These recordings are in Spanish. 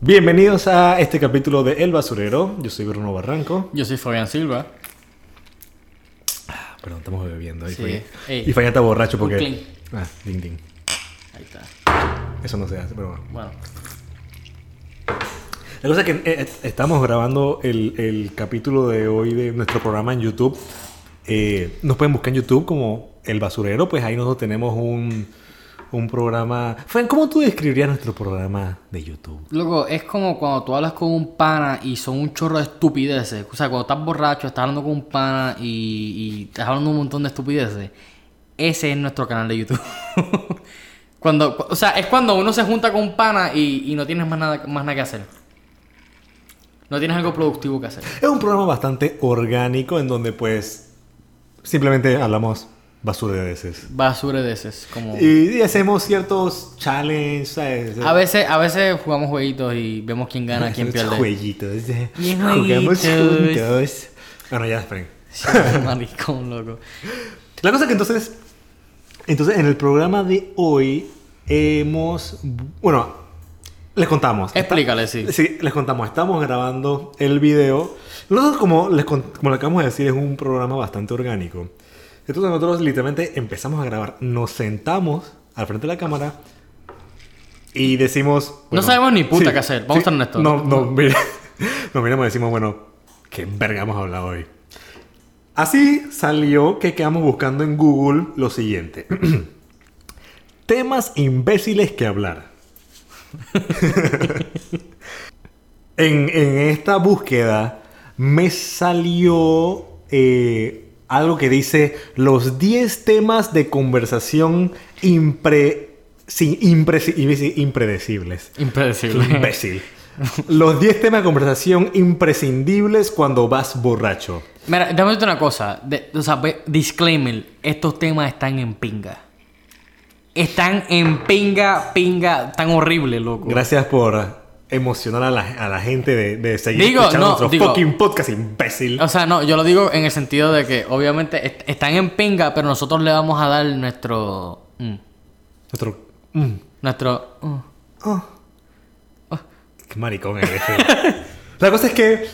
Bienvenidos a este capítulo de El Basurero. Yo soy Bruno Barranco. Yo soy Fabián Silva. Perdón, estamos bebiendo. ahí Sí. fue- Ey. Y Fabián está borracho porque. Un clean. Ah, ding ding. Ahí está. Eso no se hace, pero bueno. Bueno, La cosa es que eh, eh, estamos grabando el, el capítulo de hoy de nuestro programa en YouTube. Eh, nos pueden buscar en YouTube como El Basurero, pues ahí nosotros tenemos un, un programa. Fran, ¿cómo tú describirías nuestro programa de YouTube? Loco, es como cuando tú hablas con un pana y son un chorro de estupideces. O sea, cuando estás borracho, estás hablando con un pana y, y estás hablando un montón de estupideces. Ese es nuestro canal de YouTube. cuando, o sea, es cuando uno se junta con un pana y, y no tienes más nada, más nada que hacer. No tienes algo productivo que hacer. Es un programa bastante orgánico en donde pues simplemente hablamos basuredeces. Basuredeces, como... Y, y hacemos ciertos challenges, ¿sabes? A veces, a veces jugamos jueguitos y vemos quién gana, quién pierde. Jueguitos. Bien Jugamos jueguitos. juntos. Bueno, ya, esperen. Sí, maricón, loco. La cosa que entonces, entonces en el programa de hoy hemos, bueno, les contamos. Explícale, sí. Sí, les contamos, estamos grabando el video. Nosotros, como les con- como le acabamos de decir, es un programa bastante orgánico. Entonces nosotros literalmente empezamos a grabar, nos sentamos al frente de la cámara y decimos... bueno, sabemos ni puta qué hacer, vamos a ser honestos. No, no, mira, nos miramos y decimos, bueno, qué verga hemos hablado hoy. Así salió que quedamos buscando en Google lo siguiente. Temas imbéciles que hablar. En, en esta búsqueda me salió eh, algo que dice los 10 temas de conversación impre, sí, impresi- iba a decir impredecibles. Qué Impredecible. imbécil. Los 10 temas de conversación imprescindibles cuando vas borracho. Mira, déjame decirte una cosa. De- o sea, ve- disclaimer. Estos temas están en pinga. Están en pinga, pinga, tan horrible, loco. Gracias por emocionar a la, a la gente de, de seguir Digo, escuchando no, nuestro digo- fucking podcast, imbécil. O sea, no, yo lo digo en el sentido de que obviamente est- están en pinga, pero nosotros le vamos a dar nuestro... mm, Nuestro- Mm. nuestro... mm. Oh. Ah, Qué maricón eres. eh. La cosa es que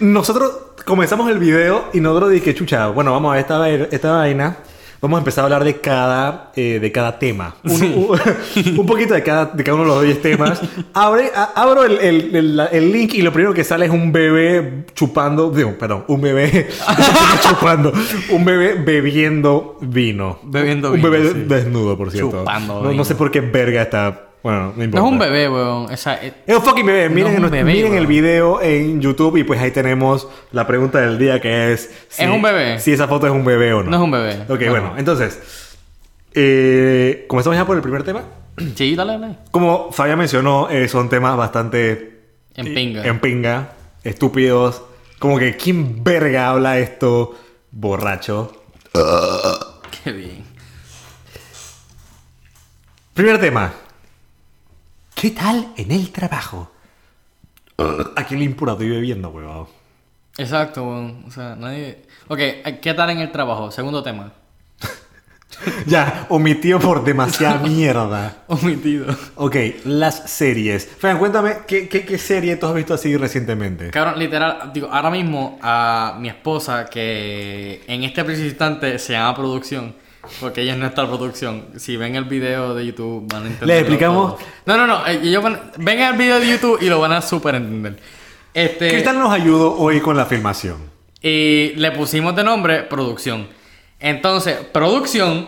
nosotros comenzamos el video y nosotros dije, chucha, bueno, vamos a ver esta, vai- esta vaina. Vamos a empezar a hablar de cada, eh, de cada tema. Un, un- un poquito de cada, de cada uno de los 10 temas. Abre- a- abro el, el- el- la- el link y lo primero que sale es un bebé chupando. Digo, perdón, un bebé chupando. Un bebé bebiendo vino. Bebiendo Un vino, bebé sí. desnudo, por cierto. Chupando no, no vino. sé por qué verga está. Bueno, no importa. No es un bebé, weón. O sea, eh, Es un fucking bebé. Miren, es un nos- bebé, miren el weón. video en YouTube y pues ahí tenemos la pregunta del día que es... si- ¿Es un bebé? Si esa foto es un bebé o no. no es un bebé. Ok, bueno. Entonces, eh, comenzamos ya por el primer tema. Sí, dale, dale. Como Fabián mencionó, eh, son temas bastante... En pinga. En pinga. Estúpidos. Como que, ¿quién verga habla esto? Borracho. Qué bien. Primer tema. ¿Qué tal en el trabajo? Ah, ¿A quién le impura estoy bebiendo, huevado? Exacto, weón. O sea, nadie... Ok, eh, ¿qué tal en el trabajo? Segundo tema. Ya, omitido por demasiada mierda. Omitido. Ok, las series. Fran, cuéntame, ¿qué, qué, qué serie tú has visto así recientemente? Cabrón, literal, digo, ahora mismo a mi esposa, que en este preciso instante se llama producción, porque ella es nuestra producción. Si ven el video de YouTube, van a entender. ¿Le explicamos? No, no, no. eh, ellos van- vengan el video de YouTube y lo van a super entender. Este. Cristian nos ayudó hoy con la filmación. Y le pusimos de nombre producción. Entonces, producción,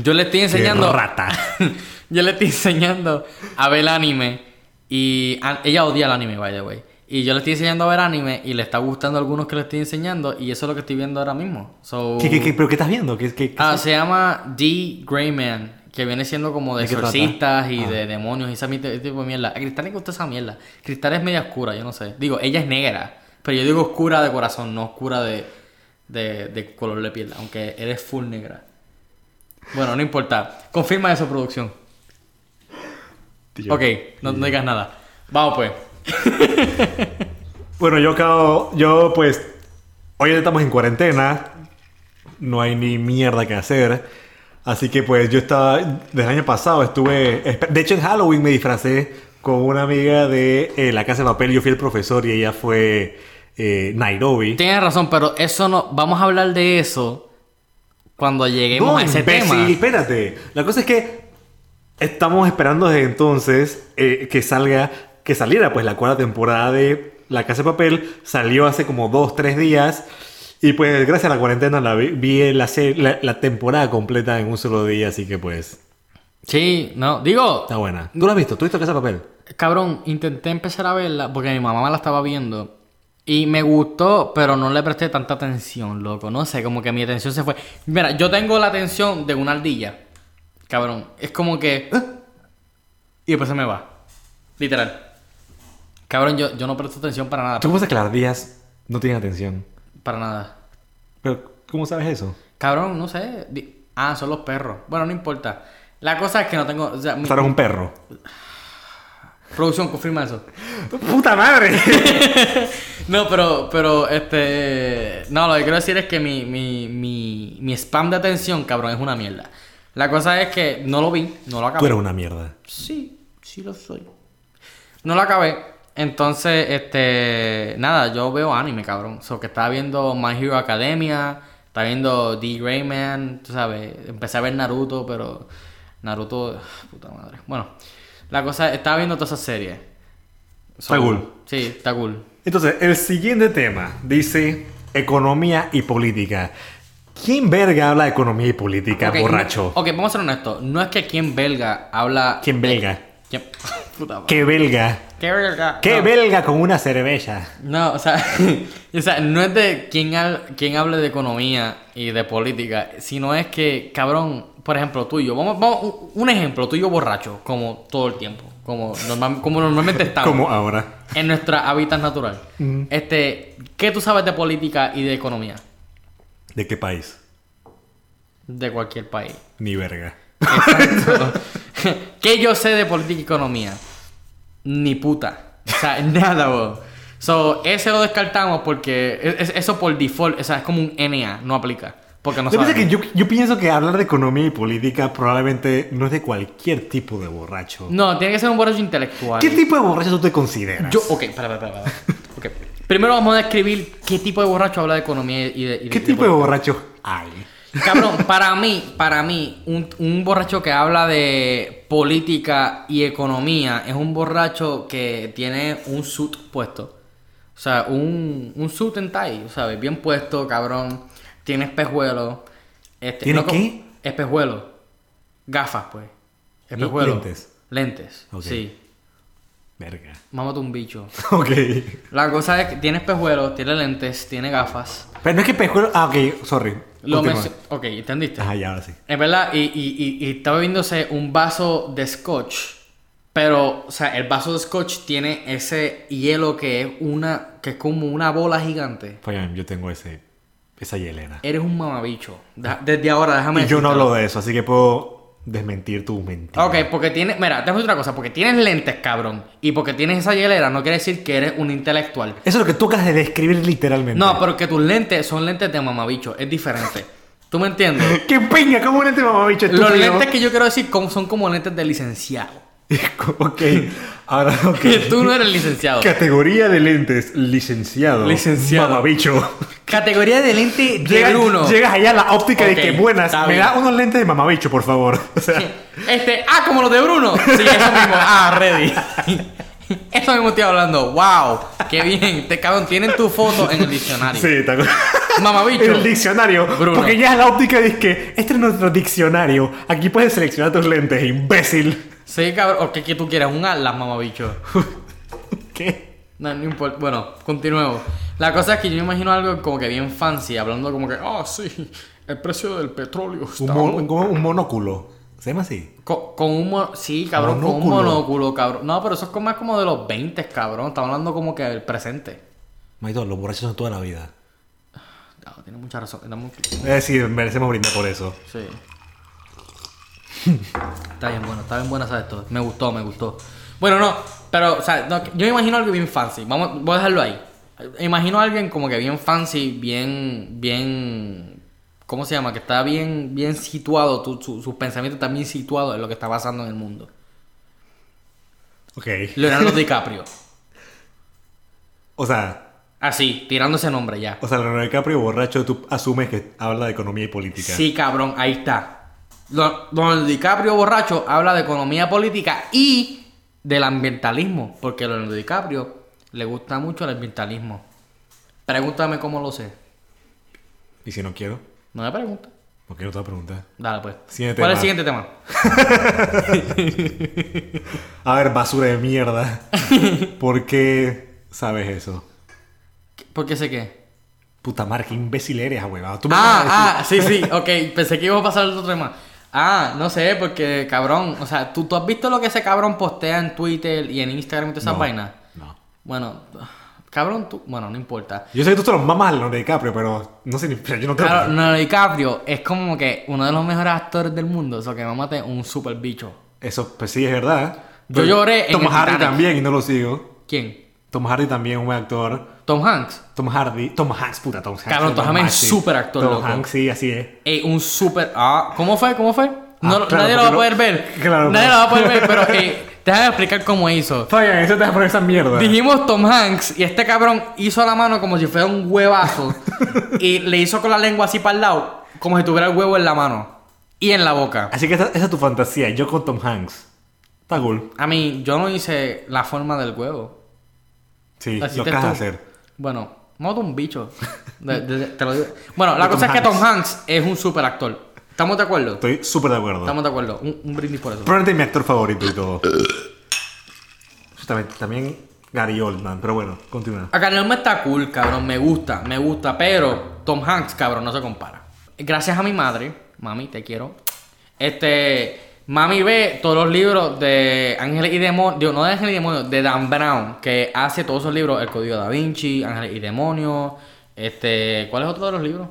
yo le estoy enseñando. Qué rata. yo le estoy enseñando a ver el anime. Y a- ella odia el anime, by the way. Y yo le estoy enseñando a ver anime y le está gustando algunos que le estoy enseñando. Y eso es lo que estoy viendo ahora mismo. So, ¿Qué, qué, qué- pero qué estás viendo? ¿Qué, qué- qué- oh. Ah, se llama The Grey Man. Que viene siendo como de ¿De qué trata? exorcistas y Ah. de demonios y esa mi- ese tipo de mierda. A Cristal le gusta esa mierda. Cristal es media oscura, yo no sé. Digo, ella es negra. Pero yo digo oscura de corazón, no oscura de, de, de color de piel. Aunque eres full negra. Bueno, no importa. Confirma eso, producción. Tío. ok, no, no digas nada. Vamos pues. Bueno, yo acabo, yo pues, hoy estamos en cuarentena, no hay ni mierda que hacer, así que pues yo estaba, desde el año pasado estuve, espe- de hecho en Halloween me disfracé con una amiga de eh, La Casa de Papel. Yo fui el profesor y ella fue eh, Nairobi. Tienes razón, pero eso no. Vamos a hablar de eso cuando lleguemos No, a ese imbécil, tema. espérate. La cosa es que estamos esperando desde entonces eh, que salga, que saliera pues la cuarta temporada de La Casa de Papel. Salió hace como dos, tres días. Y pues gracias a la cuarentena la vi, vi la, se- la- la temporada completa en un solo día, así que pues Sí, no. Digo, está buena. ¿Tú la has visto? ¿Tú has visto Casa de Papel? cabrón, intenté empezar a verla porque mi mamá me la estaba viendo. Y me gustó, pero no le presté tanta atención, loco. No sé, como que mi atención se fue. Mira, yo tengo la atención de una ardilla. Cabrón, es como que. Y después se me va. Literal. Cabrón, yo, yo no presto atención para nada. ¿Tú piensas que las ardillas no tienen atención? Para nada. Pero ¿cómo sabes eso? Cabrón, no sé. Di- Ah, son los perros. Bueno, no importa. La cosa es que no tengo. o sea, mi- Mataron un perro. Producción, confirma eso. ¡Puta madre! No, pero, pero, este. No, lo que quiero decir es que mi, mi, mi, mi spam de atención, cabrón, es una mierda. La cosa es que no lo vi, no lo acabé. Tú eres una mierda. Sí, sí lo soy. No lo acabé. Entonces, este. Nada, yo veo anime, cabrón. O so, que estaba viendo My Hero Academia. Estaba viendo The Greyman. Tú sabes. Empecé a ver Naruto, pero. Naruto. Puta madre. Bueno, la cosa. Estaba viendo todas esas series. Está cool. Sí, está cool. Entonces, el siguiente tema dice economía y política. ¿Quién verga habla de economía y política, Ok, borracho? no- ok, vamos a ser honestos. No es que quien belga habla. ¿Quién belga? ¿Quién? Puta madre. ¿Qué belga? ¿Qué belga? ¿Qué No. belga con una cerveza? No, o sea, o sea, no es de quién, hab- quién hable de economía y de política, sino es que, cabrón, por ejemplo, tú y yo, vamos, vamos, un- un ejemplo, tú y yo borracho, como todo el tiempo, como, normal- como normalmente estamos Como ahora. en nuestra hábitat natural. Mm. Este, ¿qué tú sabes de política y de economía? ¿De qué país? De cualquier país. Ni verga. Exacto. ¿Qué yo sé de política y economía? Ni puta. O sea, nada, bro. So, ese lo descartamos porque e-, es- es- eso por default, o sea, es como un NA, no aplica. Porque no Lo que pasa sabe. es que yo, yo pienso que hablar de economía y política probablemente no es de cualquier tipo de borracho. No, tiene que ser un borracho intelectual. ¿Qué tipo de borracho tú te consideras? Yo, ok, para, para, para. para. Ok. Primero vamos a describir qué tipo de borracho habla de economía y de. y ¿Qué tipo de borrachos hay? Cabrón, para mí, para mí, un, un borracho que habla de política y economía es un borracho que tiene un suit puesto. O sea, un, un suit en tie, ¿sabes? Bien puesto, cabrón. Tiene espejuelos. Este, ¿Tiene co- qué? Espejuelos. Gafas, pues. Espejuelos. Lentes. Lentes, Ok. sí. Verga. Mámate un bicho. Ok. La cosa es que tiene espejuelos, tiene lentes, tiene gafas. Pero no es que pejuelo. Ah, ok, sorry. Lo Continúa. mencio- Ok, ¿entendiste? Ajá, ya ahora sí. Es verdad, y, y, y, y está bebiéndose un vaso de scotch, pero, o sea, el vaso de scotch tiene ese hielo que es una, que es como una bola gigante. Fabián, yo tengo ese, esa hielera. Eres un mamabicho. Deja- Desde ahora, déjame Y yo no decírtelo. hablo de eso, así que puedo desmentir tu mentira. Ok, porque tienes, mira, déjame decir una cosa, porque tienes lentes, cabrón, y porque tienes esa hielera no quiere decir que eres un intelectual. Eso es lo que tú acabas de describir literalmente. No, pero que tus lentes son lentes de mamabicho, es diferente. ¿Tú me entiendes? ¡Qué pinga! ¿Cómo eres este mamabicho Los estúpido? lentes que yo quiero decir como- son como lentes de licenciado. ok, ahora, ok. Que tú no eres licenciado. Categoría de lentes, licenciado. Licenciado. Mamabicho. Categoría de lente de Llegas, Bruno. llegas allá a la óptica Ok, de que buenas. está Me bien. da unos lentes de mamabicho, por favor. O sea, Este, ah, como los de Bruno. Sí, eso mismo. Ah, ready. Eso mismo estoy hablando. Wow, qué bien. Te cabrón, tienen tu foto en el diccionario. sí, tal Mamabicho. En el diccionario. Bruno. Porque ya la óptica dice que este es nuestro diccionario. Aquí puedes seleccionar tus lentes, imbécil. Sí, cabrón. ¿O qué, qué tú quieres? Un Atlas, mamabicho. ¿Qué? No, no importa. Bueno, continuemos. La cosa es que yo me imagino algo como que bien fancy, hablando como que, ah, sí, el precio del petróleo está Un, muy mon- un- un monóculo. ¿Se llama así? Co- Con, un mo- sí, cabrón, con un Monóculo. monóculo, cabrón. No, pero eso es como- más como de los 20, cabrón. Estamos hablando como que del presente. Maito, los borrachos son toda la vida. Claro, tiene mucha razón. Dame un- Eh, sí, merecemos brindar por eso. Sí. está bien bueno, está bien buena esa de esto. Me gustó, me gustó. Bueno, no, pero, o sea, no, yo me imagino algo bien fancy. Vamos, voy a dejarlo ahí. Imagino a alguien como que bien fancy, bien, bien, ¿cómo se llama? Que está bien, bien situado, tu- su- sus pensamientos están bien situados en lo que está pasando en el mundo. Ok. Leonardo DiCaprio. O sea, Así, tirando ese nombre ya. o sea, Leonardo DiCaprio borracho, tú asumes que habla de economía y política. Sí, cabrón, ahí está. Lo- Don DiCaprio borracho habla de economía política y del ambientalismo, porque Leonardo DiCaprio le gusta mucho el ambientalismo. Pregúntame cómo lo sé. Y si no quiero, No me pregunta. ¿por qué no te voy a preguntar? Dale pues. Siguiente ¿Cuál es tema. el siguiente tema? A ver, basura de mierda. ¿Por qué sabes eso? ¿Por qué sé qué? Puta madre, qué imbécil eres, huevado. Tú me acabas de decir- Ah, ah, sí, sí, ok. Pensé que iba a pasar el otro tema. Ah, no sé, porque cabrón, o sea, ¿tú, tú has visto lo que ese cabrón postea en Twitter y en Instagram y todas esas No, vainas. No. Bueno, cabrón, tú, bueno, no importa. Yo sé que tú te los mamas a Leonardo DiCaprio, pero no sé ni. pero Yo no creo. Claro, Leonardo DiCaprio es como que uno de los mejores actores del mundo, eso que me mate un super bicho. Eso, pues sí, es verdad. Yo lloré en Tom el Hardy Titanic. también, y no lo sigo. ¿Quién? Tom Hardy también, un buen actor. Tom Hanks. Tom Hardy. Tom Hanks, puta, Tom Hanks. Cabrón, Tom no Hanks es manches. súper actor, Tom loco. Hanks, sí, así es. Eh, un super. Ah, ¿Cómo fue? ¿Cómo fue? No, Ah, claro, nadie lo va a porque poder no- ver. claro, nadie no. lo va a poder ver, pero eh, déjame explicar cómo hizo. Fabián, eso te vas a poner esa mierda. Dijimos Tom Hanks y este cabrón hizo la mano como si fuera un huevazo y le hizo con la lengua así para el lado, como si tuviera el huevo en la mano y en la boca. Así que esa, esa es tu fantasía, yo con Tom Hanks. Está cool. A mí, yo no hice la forma del huevo. Sí, Así lo te que vas a tú- hacer. Bueno, moto un bicho. De- de- de- te lo digo. Bueno, la De Tom cosa es que Hanks. Tom Hanks es un super actor. ¿Estamos de acuerdo? Estoy súper de acuerdo. Estamos de acuerdo. Un, un brindis por eso. Probablemente mi actor favorito y todo. Justamente, también Gary Oldman, pero bueno, continúa. A Carnel me está cool, cabrón. Me gusta, me gusta. Pero Tom Hanks, cabrón, no se compara. Gracias a mi madre, mami, te quiero. Este, mami ve todos los libros de Ángeles y Demonios. Digo, no de Ángeles y Demonios, de Dan Brown, que hace todos esos libros: El Código de Da Vinci, Ángeles y Demonios. Este, ¿cuál es otro de los libros?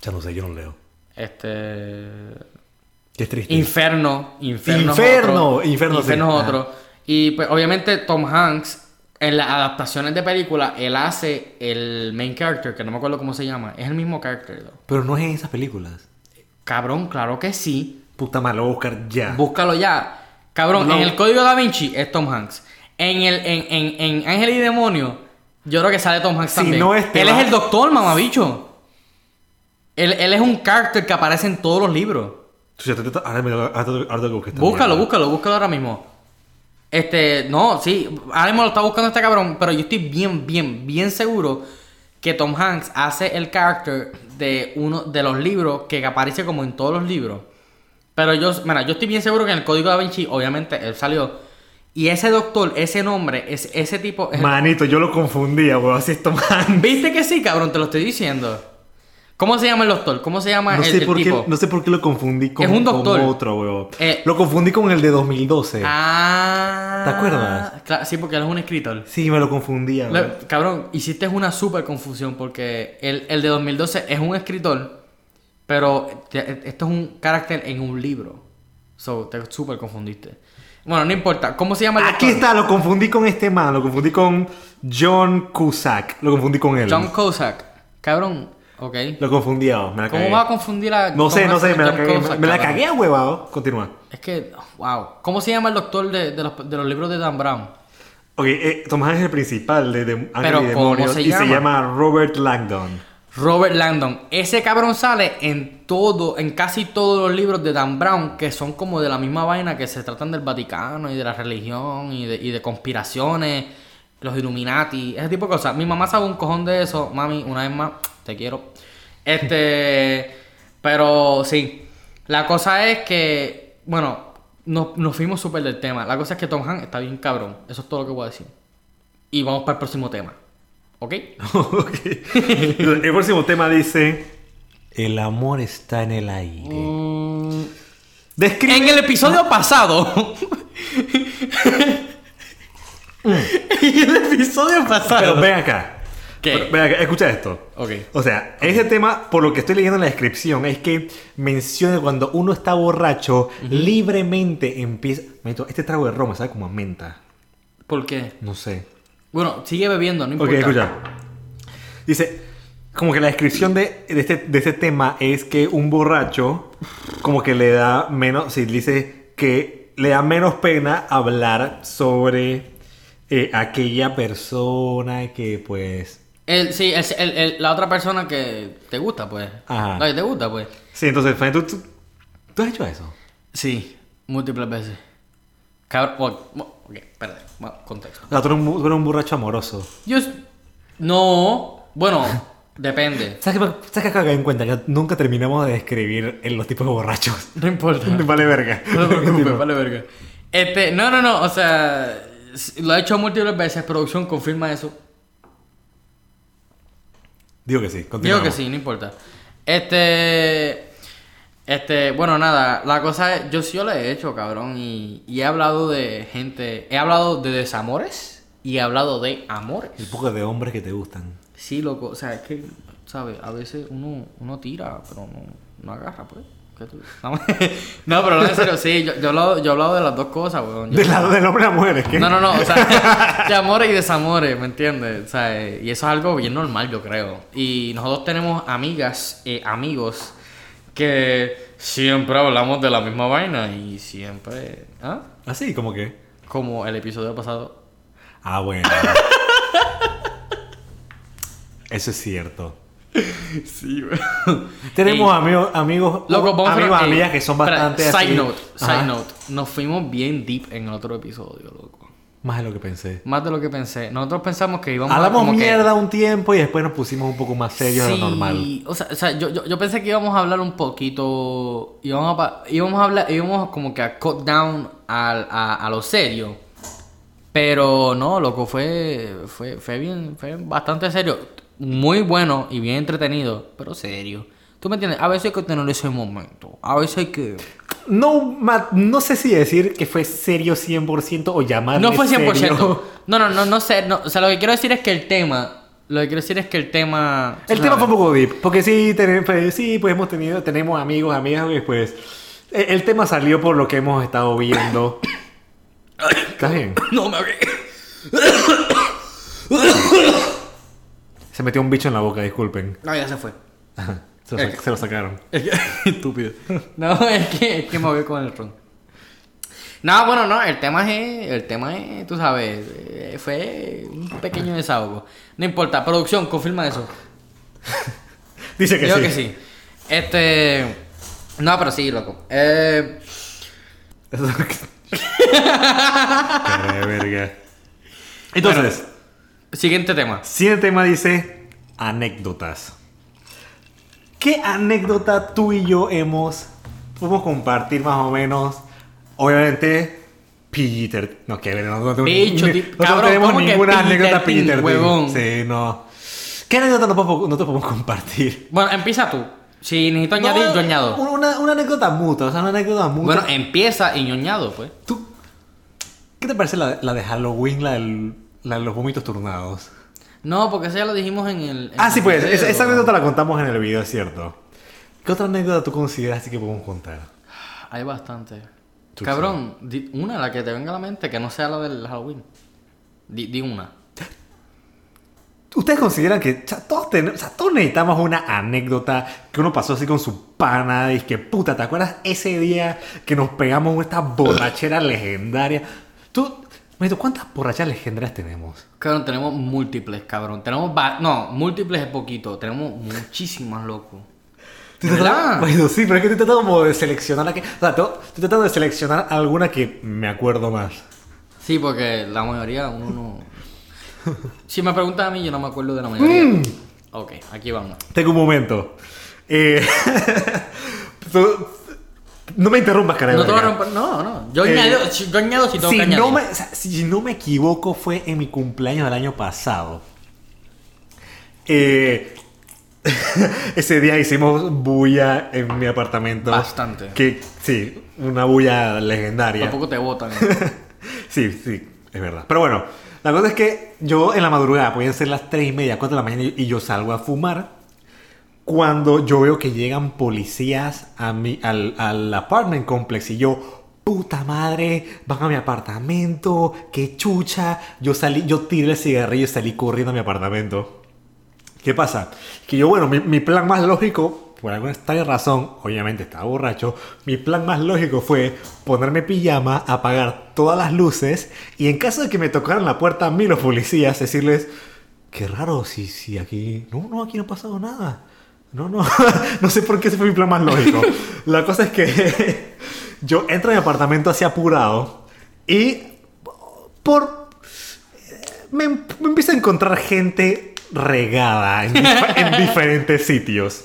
Ya no sé, yo no leo. Este. Qué triste. Inferno, Inferno. es Inferno, Inferno, otro, sí. Inferno es Ajá. otro. Y pues obviamente Tom Hanks, en las adaptaciones de película, él hace el main character, que no me acuerdo cómo se llama. Es el mismo character, though. pero no es en esas películas. Cabrón, claro que sí. Puta madre, lo voy a buscar ya. Búscalo ya. Cabrón, No. en el código da Vinci es Tom Hanks. En el, en, en, en Ángel y Demonio, yo creo que sale Tom Hanks Si también. no es, te él vas- es el doctor, mamabicho. Él, él es un character que aparece en todos los libros. Chucha, te- te- ahora me lo- ahora te- ahora tengo que buscar esta Búscalo, mierda. búscalo, búscalo ahora mismo. Este, no, sí, ahora mismo lo está buscando este cabrón, pero yo estoy bien, bien, bien seguro que Tom Hanks hace el character de uno de los libros que aparece como en todos los libros. Pero yo, mira, yo estoy bien seguro que en el código da Vinci, obviamente, él salió. Y ese doctor, ese nombre, es, ese tipo. es- Manito, yo lo confundía, weón. Así es Tom Hanks. ¿Viste que sí, cabrón? Te lo estoy diciendo. ¿Cómo se llama el doctor? ¿Cómo se llama No Ah, el, sé, el por qué, tipo? no sé por qué lo confundí con, Es un con doctor. otro, weón. Eh. lo confundí con el de 2012. Ah. ¿Te acuerdas? Cla- sí, porque él es un escritor. Sí, me lo confundía, Le- weón. cabrón, hiciste una super confusión porque el, el de 2012 es un escritor, pero te- esto es un carácter en un libro. So, te super confundiste. Bueno, no importa. ¿Cómo se llama el Aquí doctor? está, lo confundí con este man, lo confundí con John Cusack. Lo confundí con él. John Cusack. Cabrón, ok. Lo confundía, me la ¿Cómo cagué. vas a confundir a No sé, Tom no Hanks sé, con me la John cagué. me- Cusack, me la cabrón? cagué, huevado. Continúa. Es que, wow. ¿Cómo se llama el doctor de, de los, de los libros de Dan Brown? Ok, eh, Tom Hanks es el principal de, de Ángel Pero, y ¿cómo Demonios se y se llama? llama Robert Langdon. Robert Landon. Ese cabrón sale en todo, en casi todos los libros de Dan Brown, que son como de la misma vaina que se tratan del Vaticano y de la religión y de, y de conspiraciones, los Illuminati, ese tipo de cosas. Mi mamá sabe un cojón de eso, mami, una vez más, te quiero. Este, pero sí, la cosa es que, bueno, nos, nos fuimos súper del tema. La cosa es que Tom Hanks está bien cabrón, eso es todo lo que voy a decir. Y vamos para el próximo tema, ¿ok? Ok. El próximo tema dice: El amor está en el aire. Mm, Describe. En el Ah. episodio pasado. Mm. en el episodio Pero pasado. ven acá. ¿Qué? Pero ven acá, escucha esto. Ok. O sea, ese tema, por lo que estoy leyendo en la descripción, es que menciona cuando uno está borracho, libremente empieza. Manito, este trago de Roma sabe como a menta. ¿Por qué? No sé. Bueno, sigue bebiendo, no Ok, importa. escucha. Dice, como que la descripción de, de este, de este tema es que un borracho como que le da menos, si dice que le da menos pena hablar sobre eh, aquella persona que pues... El, sí, el- el- el- la otra persona que te gusta, pues. Ajá. La que te gusta, pues. Sí, entonces, Fanny, ¿tú, tú, tú has hecho eso? Sí, múltiples veces. Cabrón. bueno, bueno, Ok, espérate, bueno, contexto. O sea, tú eres un, bu- tú eres un borracho amoroso. Yo. s- No. Bueno, depende. ¿Sabes qué, me- ¿Sabes qué acabo de caer en cuenta? Que nunca terminamos de describir eh, los tipos de borrachos. No importa. Vale verga. No te preocupes, vale verga. Este, no, no, no, o sea, s- lo he hecho múltiples veces, producción confirma eso. Digo que sí, continuamos. Digo que sí, no importa. Este, este, bueno, nada, la cosa es, yo sí yo lo he hecho, cabrón, y, y he hablado de gente, he hablado de desamores y he hablado de El amores. poco de hombres que te gustan. Sí, loco, o sea, es que, ¿sabes? A veces uno, uno tira, pero no, no agarra, pues. ¿Qué tú- No, pero no, en serio, sí, yo, yo, he hablado- yo he hablado de las dos cosas, weón. Yo- Del lado del hombre a la mujer, ¿es que? No, no, no, o sea, de amores y desamores, ¿me entiendes? O sea, eh, y eso es algo bien normal, yo creo. Y nosotros tenemos amigas, eh, amigos, que siempre hablamos de la misma vaina y siempre. ¿Ah? Así, como que. Como el episodio pasado. Ah, bueno. Eso es cierto. Sí, güey. Tenemos amigos, amigos, Loco, vamos a hacer- amigos, eh, amigas que son espera, bastante Side así. note, side Ajá. note. Nos fuimos bien deep en el otro episodio, loco. Más de lo que pensé. Más de lo que pensé. Nosotros pensamos que íbamos Hablamos como que- mierda un tiempo y después nos pusimos un poco más serios de Sí, lo normal. O sea, o sea, yo, yo, yo pensé que íbamos a hablar un poquito. Íbamos a, pa- íbamos a hablar, íbamos como que a cut down al- a, a lo serio. Pero no, loco, fue, fue, fue bien, fue bastante serio. Muy bueno y bien entretenido, pero serio. ¿Tú me entiendes? A veces hay que tener ese momento. A veces hay que. No, ma- no sé si decir que fue serio 100% o llamarle No fue 100%. Ah, serio. No, no, no, no sé. no, o sea, lo que quiero decir es que el tema. Lo que quiero decir es que el tema. El tema fue un poco deep, porque sí, ten- pues, sí, pues hemos tenido, tenemos amigos, amigas, y pues el, el tema salió por lo que hemos estado viendo. ¿Estás bien? No me ahogué. Se metió un bicho en la boca, disculpen. No, ya se fue. Se lo, sa- se lo sacaron. Estúpido. No, es que, es que me voy con el ron. No, bueno, no, el tema es, el tema es, tú sabes, eh, fue un pequeño desahogo. No importa, producción, confirma eso. Dice que Digo sí. que sí. Este, no, pero sí, loco. Eh, Eso es lo que- Cara de verga. Entonces, siguiente tema. siguiente tema dice anécdotas. ¿Qué anécdota tú y yo hemos podemos compartir más o menos? Obviamente Peter, no que ver, no, no, tengo ni- Bicho, ni- ti- nosotros cabrón, tenemos ¿cómo que ninguna Peter anécdota Tin, Peter, Tin. huevón? Sí, no. ¿Qué anécdota no, podemos- no te podemos compartir? Bueno, empieza tú. Si necesito añadir, No, yo añado. Una, una anécdota mutua, o sea, una anécdota mutua. Bueno, eh. empieza y yo añado, pues. ¿Tú? ¿Qué te parece la, la de Halloween, la, del- la de los vómitos turnados? No, porque eso ya lo dijimos en el... en Ah, sí, el pues, video. esa, esa anécdota la contamos en el video, es cierto. ¿Qué otra anécdota tú consideras así que podemos contar? Hay bastante. Tú Cabrón, di una, la que te venga a la mente, que no sea la del Halloween. Di, di una. ¿Ustedes consideran que o sea, todos, ten- o sea, todos necesitamos una anécdota que uno pasó así con su pana? Y que, puta, ¿te acuerdas ese día que nos pegamos esta borrachera legendaria? Tú, Manito, ¿cuántas borracheras legendarias tenemos? Cabrón, tenemos múltiples, cabrón. Tenemos... va- No, múltiples es poquito. Tenemos muchísimas, loco. Estoy ¿De tratando- verdad? Bueno, sí, pero es que estoy tratando como de seleccionar la que- O sea, to- estoy tratando de seleccionar alguna que me acuerdo más. Sí, porque la mayoría uno no... Si me preguntas a mí, yo no me acuerdo de la mayoría. Mm. Ok, aquí vamos. Tengo un momento. Eh, tú- no me interrumpas, cara. de No te voy a verga. romper... No, no. Yo, Eh, añado, si- yo añado si tengo que Si añadir. no, me, o sea, si no me equivoco, fue en mi cumpleaños del año pasado. Eh, ese día hicimos bulla en mi apartamento. Bastante. Que, sí, una bulla legendaria. Tampoco te votan. Sí, sí, es verdad. Pero bueno, la cosa es que yo en la madrugada, podían ser las 3 y media, 4 de la mañana, y yo salgo a fumar. Cuando yo veo que llegan policías a mi, al, al apartment complex y yo, puta madre, van a mi apartamento, qué chucha. Yo salí, yo tiré el cigarrillo y salí corriendo a mi apartamento. ¿Qué pasa? Que yo, bueno, mi, mi plan más lógico por alguna extraña razón, obviamente estaba borracho, mi plan más lógico fue ponerme pijama, apagar todas las luces y en caso de que me tocaran la puerta a mí los policías, decirles, qué raro, si, si aquí, no, no, aquí no ha pasado nada. No, no, no sé por qué ese fue mi plan más lógico. La cosa es que yo entro a mi apartamento así apurado y por... Me, me empiezo a encontrar gente regada en, dif- en diferentes sitios.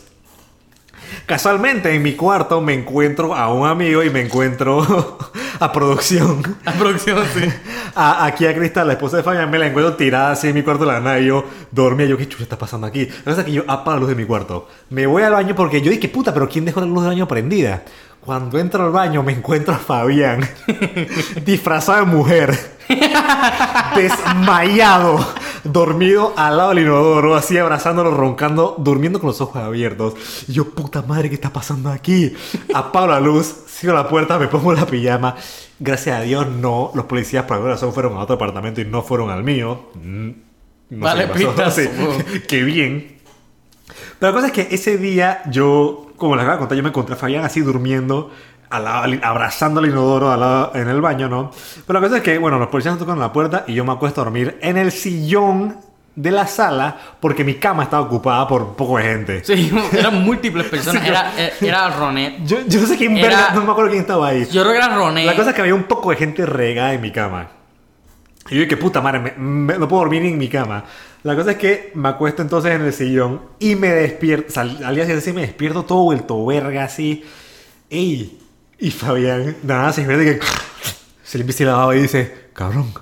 Casualmente en mi cuarto me encuentro a un amigo y me encuentro a producción. La producción, sí. A- aquí a Cristal, la esposa de Fabián, me la encuentro tirada así en mi cuarto de la nada y yo dormía. Yo, ¿qué chucha está pasando aquí? La cosa es que yo apago la luz de mi cuarto. Me voy al baño porque yo dije, puta, pero ¿quién dejó la luz del baño prendida? Cuando entro al baño me encuentro a Fabián, disfrazado de mujer, desmayado, dormido al lado del inodoro, así abrazándolo, roncando, durmiendo con los ojos abiertos. Y yo, puta madre, ¿qué está pasando aquí? Apago la luz, cierro la puerta, me pongo la pijama. Gracias a Dios, no. Los policías por alguna razón fueron a otro apartamento y no fueron al mío. Mm, No sé Vale, qué pasó. pintazo, Sí. po. Qué bien. Pero la cosa es que ese día yo, como les acabo de contar, yo me encontré a Fabián así durmiendo, al lado- al- abrazando al inodoro al lado- en el baño, ¿no? Pero la cosa es que, bueno, los policías tocan la puerta y yo me acuesto a dormir en el sillón de la sala porque mi cama estaba ocupada por un poco de gente. Sí, eran múltiples personas. Era, era- era Ronet. Yo, yo no sé quién Era- verga, no me acuerdo quién estaba ahí. Yo creo que era Ronet. La cosa es que había un poco de gente regada en mi cama. Y yo dije, puta madre, me- me- no puedo dormir ni en mi cama. La cosa es que me acuesto entonces en el sillón y me despierto. sal- al día siguiente sí me despierto todo vuelto verga así. Ey, y Fabián, de la nada, se despierta y que se limpia así la baba y dice, cabrón,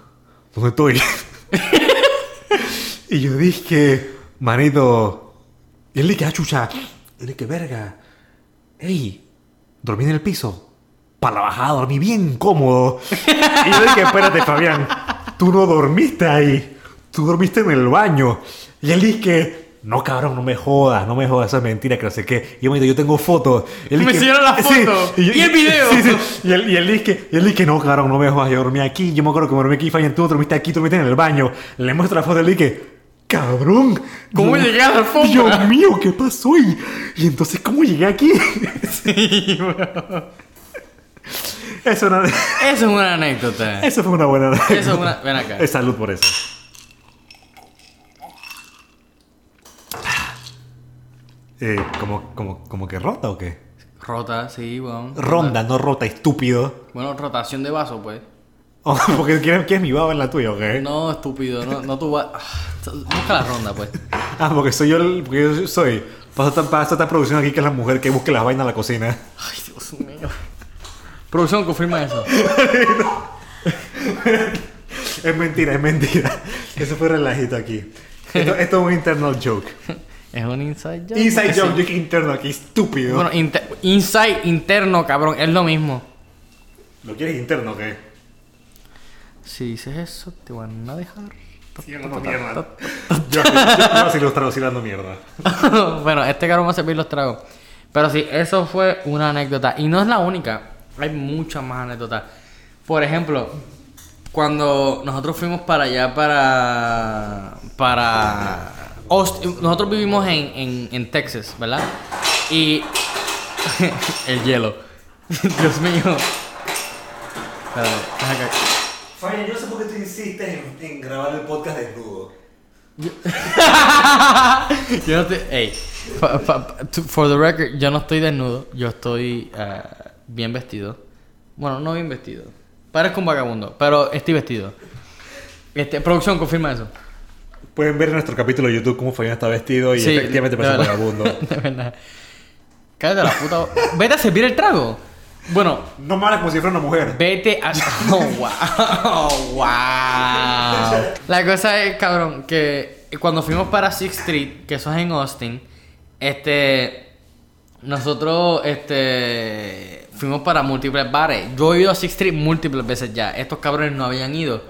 ¿dónde estoy? y yo dije, manito. Y él dije, ah, chucha. Y él dije, verga. Ey, dormí en el piso. Para la bajada dormí bien cómodo. Y yo dije, espérate, Fabián, tú no dormiste ahí. Tú dormiste en el baño. Y él dije, no, cabrón, no me jodas, no me jodas, eso es mentira, que no sé qué. Y yo me dijo, yo tengo fotos. Y Me enseñaron las "Sí". fotos yo- y el video. Sí, sí. Y él, y él dije, y él dije, no, cabrón, no me jodas, yo dormí aquí. Yo me acuerdo que dormí aquí, Fabián, tú dormiste aquí, tú dormiste en el baño. Le muestro la foto y él dije, cabrón. ¿Cómo yo- llegué a la alfombra? Dios mío, ¿qué pasó? Y, y entonces, ¿cómo llegué aquí? Sí, weón. Eso, no- Eso es una anécdota. eso fue una buena Eso es una. Ven acá. Es salud por eso. Eh, ¿como, como, como que rota o qué? Rota, sí, weón. Ronda, no rota, estúpido. Bueno, rotación de vaso, pues. Oh, porque quieres, quieres mi baba en la tuya, ¿ok? No, estúpido, no, no tú vas. Busca la ronda, pues. Ah, porque soy yo, el- porque yo soy. Pasa esta, pasa esta producción aquí que es la mujer que busca las vainas en la cocina. Ay, Dios mío. Producción, confirma eso. Es mentira, es mentira. Eso fue relajito aquí. Esto, esto es un internal joke. Es un inside joke. Inside porque joke, sí. joke interno aquí, estúpido. Bueno, inte- inside interno, cabrón, es lo mismo. ¿Lo quieres interno o qué? Si dices eso, te van a dejar. Sí, hablando mierda. Yo, yo, yo así los traducí dando mierda. bueno, este cabrón va a servir los tragos. Pero sí, eso fue una anécdota. Y no es la única. Hay muchas más anécdotas. Por ejemplo, cuando nosotros fuimos para allá, para. Para. Austin- nosotros vivimos en, en, en Texas, ¿verdad? Y. el hielo. Dios mío. Espérate, ven acá. Fabián, yo no sé por qué tú insistes en, grabar el podcast desnudo. yo no estoy. Ey, fa- fa- to- for the record, yo no estoy desnudo. Yo estoy eh, bien vestido. Bueno, no bien vestido. Parezco un vagabundo, pero estoy vestido. Este, producción, confirma eso. Pueden ver en nuestro capítulo de YouTube cómo Fabián está vestido y Sí, efectivamente de parece un verdad. vagabundo. de verdad. Cállate la puta. bo- Vete a servir el trago. Bueno, No me hablas como si fuera una mujer. Vete a. Oh, wow. wow. La cosa es, cabrón, que cuando fuimos para Sixth Street, que eso es en Austin, este. Nosotros, este. Fuimos para múltiples bares. Yo he ido a Sixth Street múltiples veces ya. Estos cabrones no habían ido.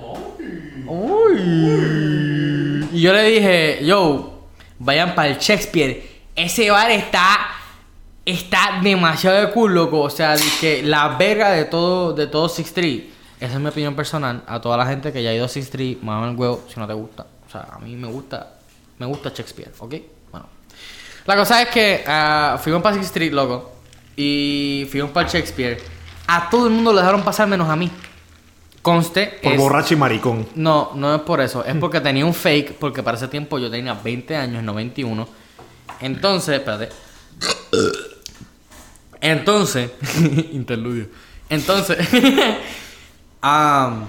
Uy. Y yo le dije, yo, vayan para el Shakespeare. Ese bar está. Está demasiado de cool, loco. O sea, de que la verga de todo, de todo Six Street. Esa es mi opinión personal. A toda la gente que ya ha ido a Six Street, mamen el huevo si no te gusta. O sea, a mí me gusta. Me gusta Shakespeare, ¿ok? Bueno. La cosa es que ah, fuimos para Sixth Street, loco. Y fuimos para Shakespeare. A todo el mundo lo dejaron pasar menos a mí. Conste. Por es- borracho y maricón. No, no es por eso. Es Hmm. porque tenía un fake. Porque para ese tiempo yo tenía 20 años, no 21. Entonces, espérate. Entonces. Interludio. Entonces. am,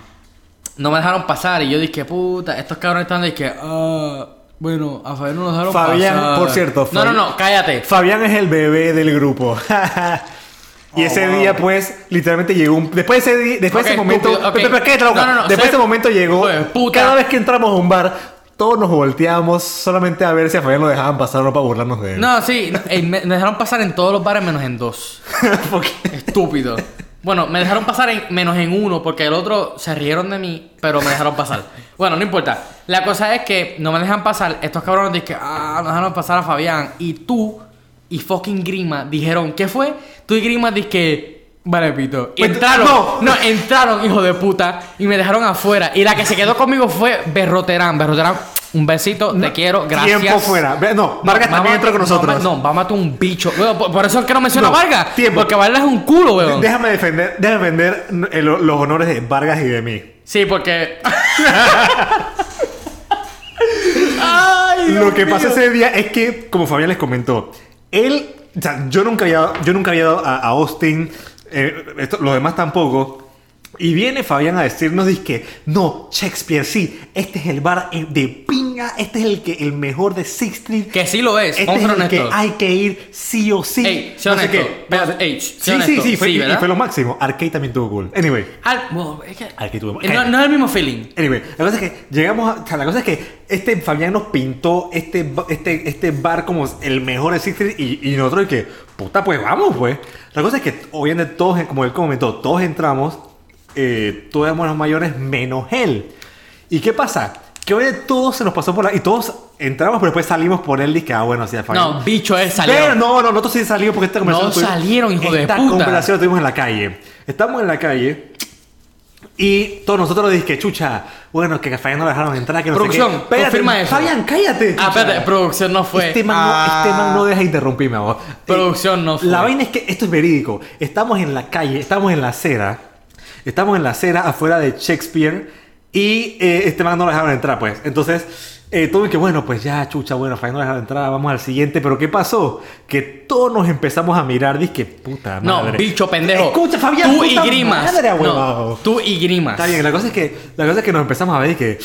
no me dejaron pasar. Y yo dije, puta, estos cabrones están. Dije, ah. Bueno, a Fabián no nos dejaron Fabián, pasar. por cierto, No, no, Fabián- no, cállate. Fabián es el bebé del grupo. Y Oh, ese wow. día, pues, literalmente llegó un... Después de ese, di- después de Ok, ese momento... estúpido, ok. Pe- pe- pe- cállate la boca. No, no, no, después de sé- ese momento llegó... Hijo de puta. Cada vez que entramos a un bar, todos nos volteamos solamente a ver si a Fabián lo dejaban pasar o no para burlarnos de él. No, sí, no, eh, me me dejaron pasar en todos los bares menos en dos. Porque- Estúpido. Bueno, me dejaron pasar en, menos en uno porque el otro se rieron de mí, pero me dejaron pasar. Bueno, no importa. La cosa es que no me dejan pasar. Estos cabrones dicen, ah, no dejaron pasar a Fabián. Y tú y fucking Grima dijeron, ¿qué fue? Tú y Grima que vale, pito. Y Pues, entraron, no, no. entraron, hijo de puta, y me dejaron afuera. Y la que se quedó conmigo fue Berroterán. Berroterán, un besito, te quiero, gracias. Tiempo fuera. Ve- No, Vargas No, también vamos a- entró con nosotros. No, va a matar un bicho. Weón, por, por eso es que no menciona No, Vargas. tiempo. Porque Vargas es un culo, weón. Déjame defender, déjame defender eh, lo- los honores de Vargas y de mí. Sí, porque. Lo que pasó ese día es que, como Fabián les comentó, él, o sea, yo nunca había, yo nunca había ido a, a Austin, eh, esto- los demás tampoco. Y viene Fabián a decirnos, que no, Shakespeare, sí, este es el bar eh, de pinga, este es el que el mejor de Sixth Street. Que sí lo es, Este vamos es a ser el que honestos. hay que ir sí o sí. Ey, sé honesto, pero- ey, sé sí, sí, honesto, sí, fue, sí, y- y ¿verdad? fue lo máximo. Arcade también tuvo cool. Anyway. Al- bueno, es que- Al que eh. tuve- No, no es el mismo feeling. Anyway, la cosa es que llegamos a. o sea, la cosa es que este Fabián nos pintó este, ba- este, este bar como el mejor de Sixth Street y, y nosotros, y que, puta, pues vamos, pues. La cosa es que, obviamente, todos, como él comentó, todos entramos, eh, todos éramos los mayores menos él. ¿Y qué pasa? Que hoy todos se nos pasó por la. Y todos entramos, pero después salimos por él y que, ah, bueno, sí, el Fabián. No, bicho es Pero salió. no, no, nosotros sí salimos porque esta conversación. No la tuvimos- salieron, hijo de esta puta. conversación la tuvimos en la calle. Estamos en la calle y todos nosotros dije que chucha, bueno, que a Fabián no lo dejaron entrar, que no sé Producción, qué. Espérate, confirma eso. Fabián, cállate. Ah, chucha. espérate, producción no fue. Este man, Ah. no, este man no deja interrumpirme a vos. Producción no fue. La vaina es que esto es verídico. Estamos en la calle, estamos en la acera. Estamos en la acera afuera de Shakespeare. Y eh, este man no lo dejaron entrar, pues. Entonces, eh, todo el que, bueno, pues ya, chucha, bueno, Fabián no lo dejaron entrar, vamos al siguiente. Pero ¿qué pasó? Que todos nos empezamos a mirar, dije, puta No, madre. bicho pendejo. Escucha, Fabián, Tú y puta grimas. madre, No, ahuevado. tú y grimas. Está bien, la cosa es que, la cosa es que nos empezamos a ver y que.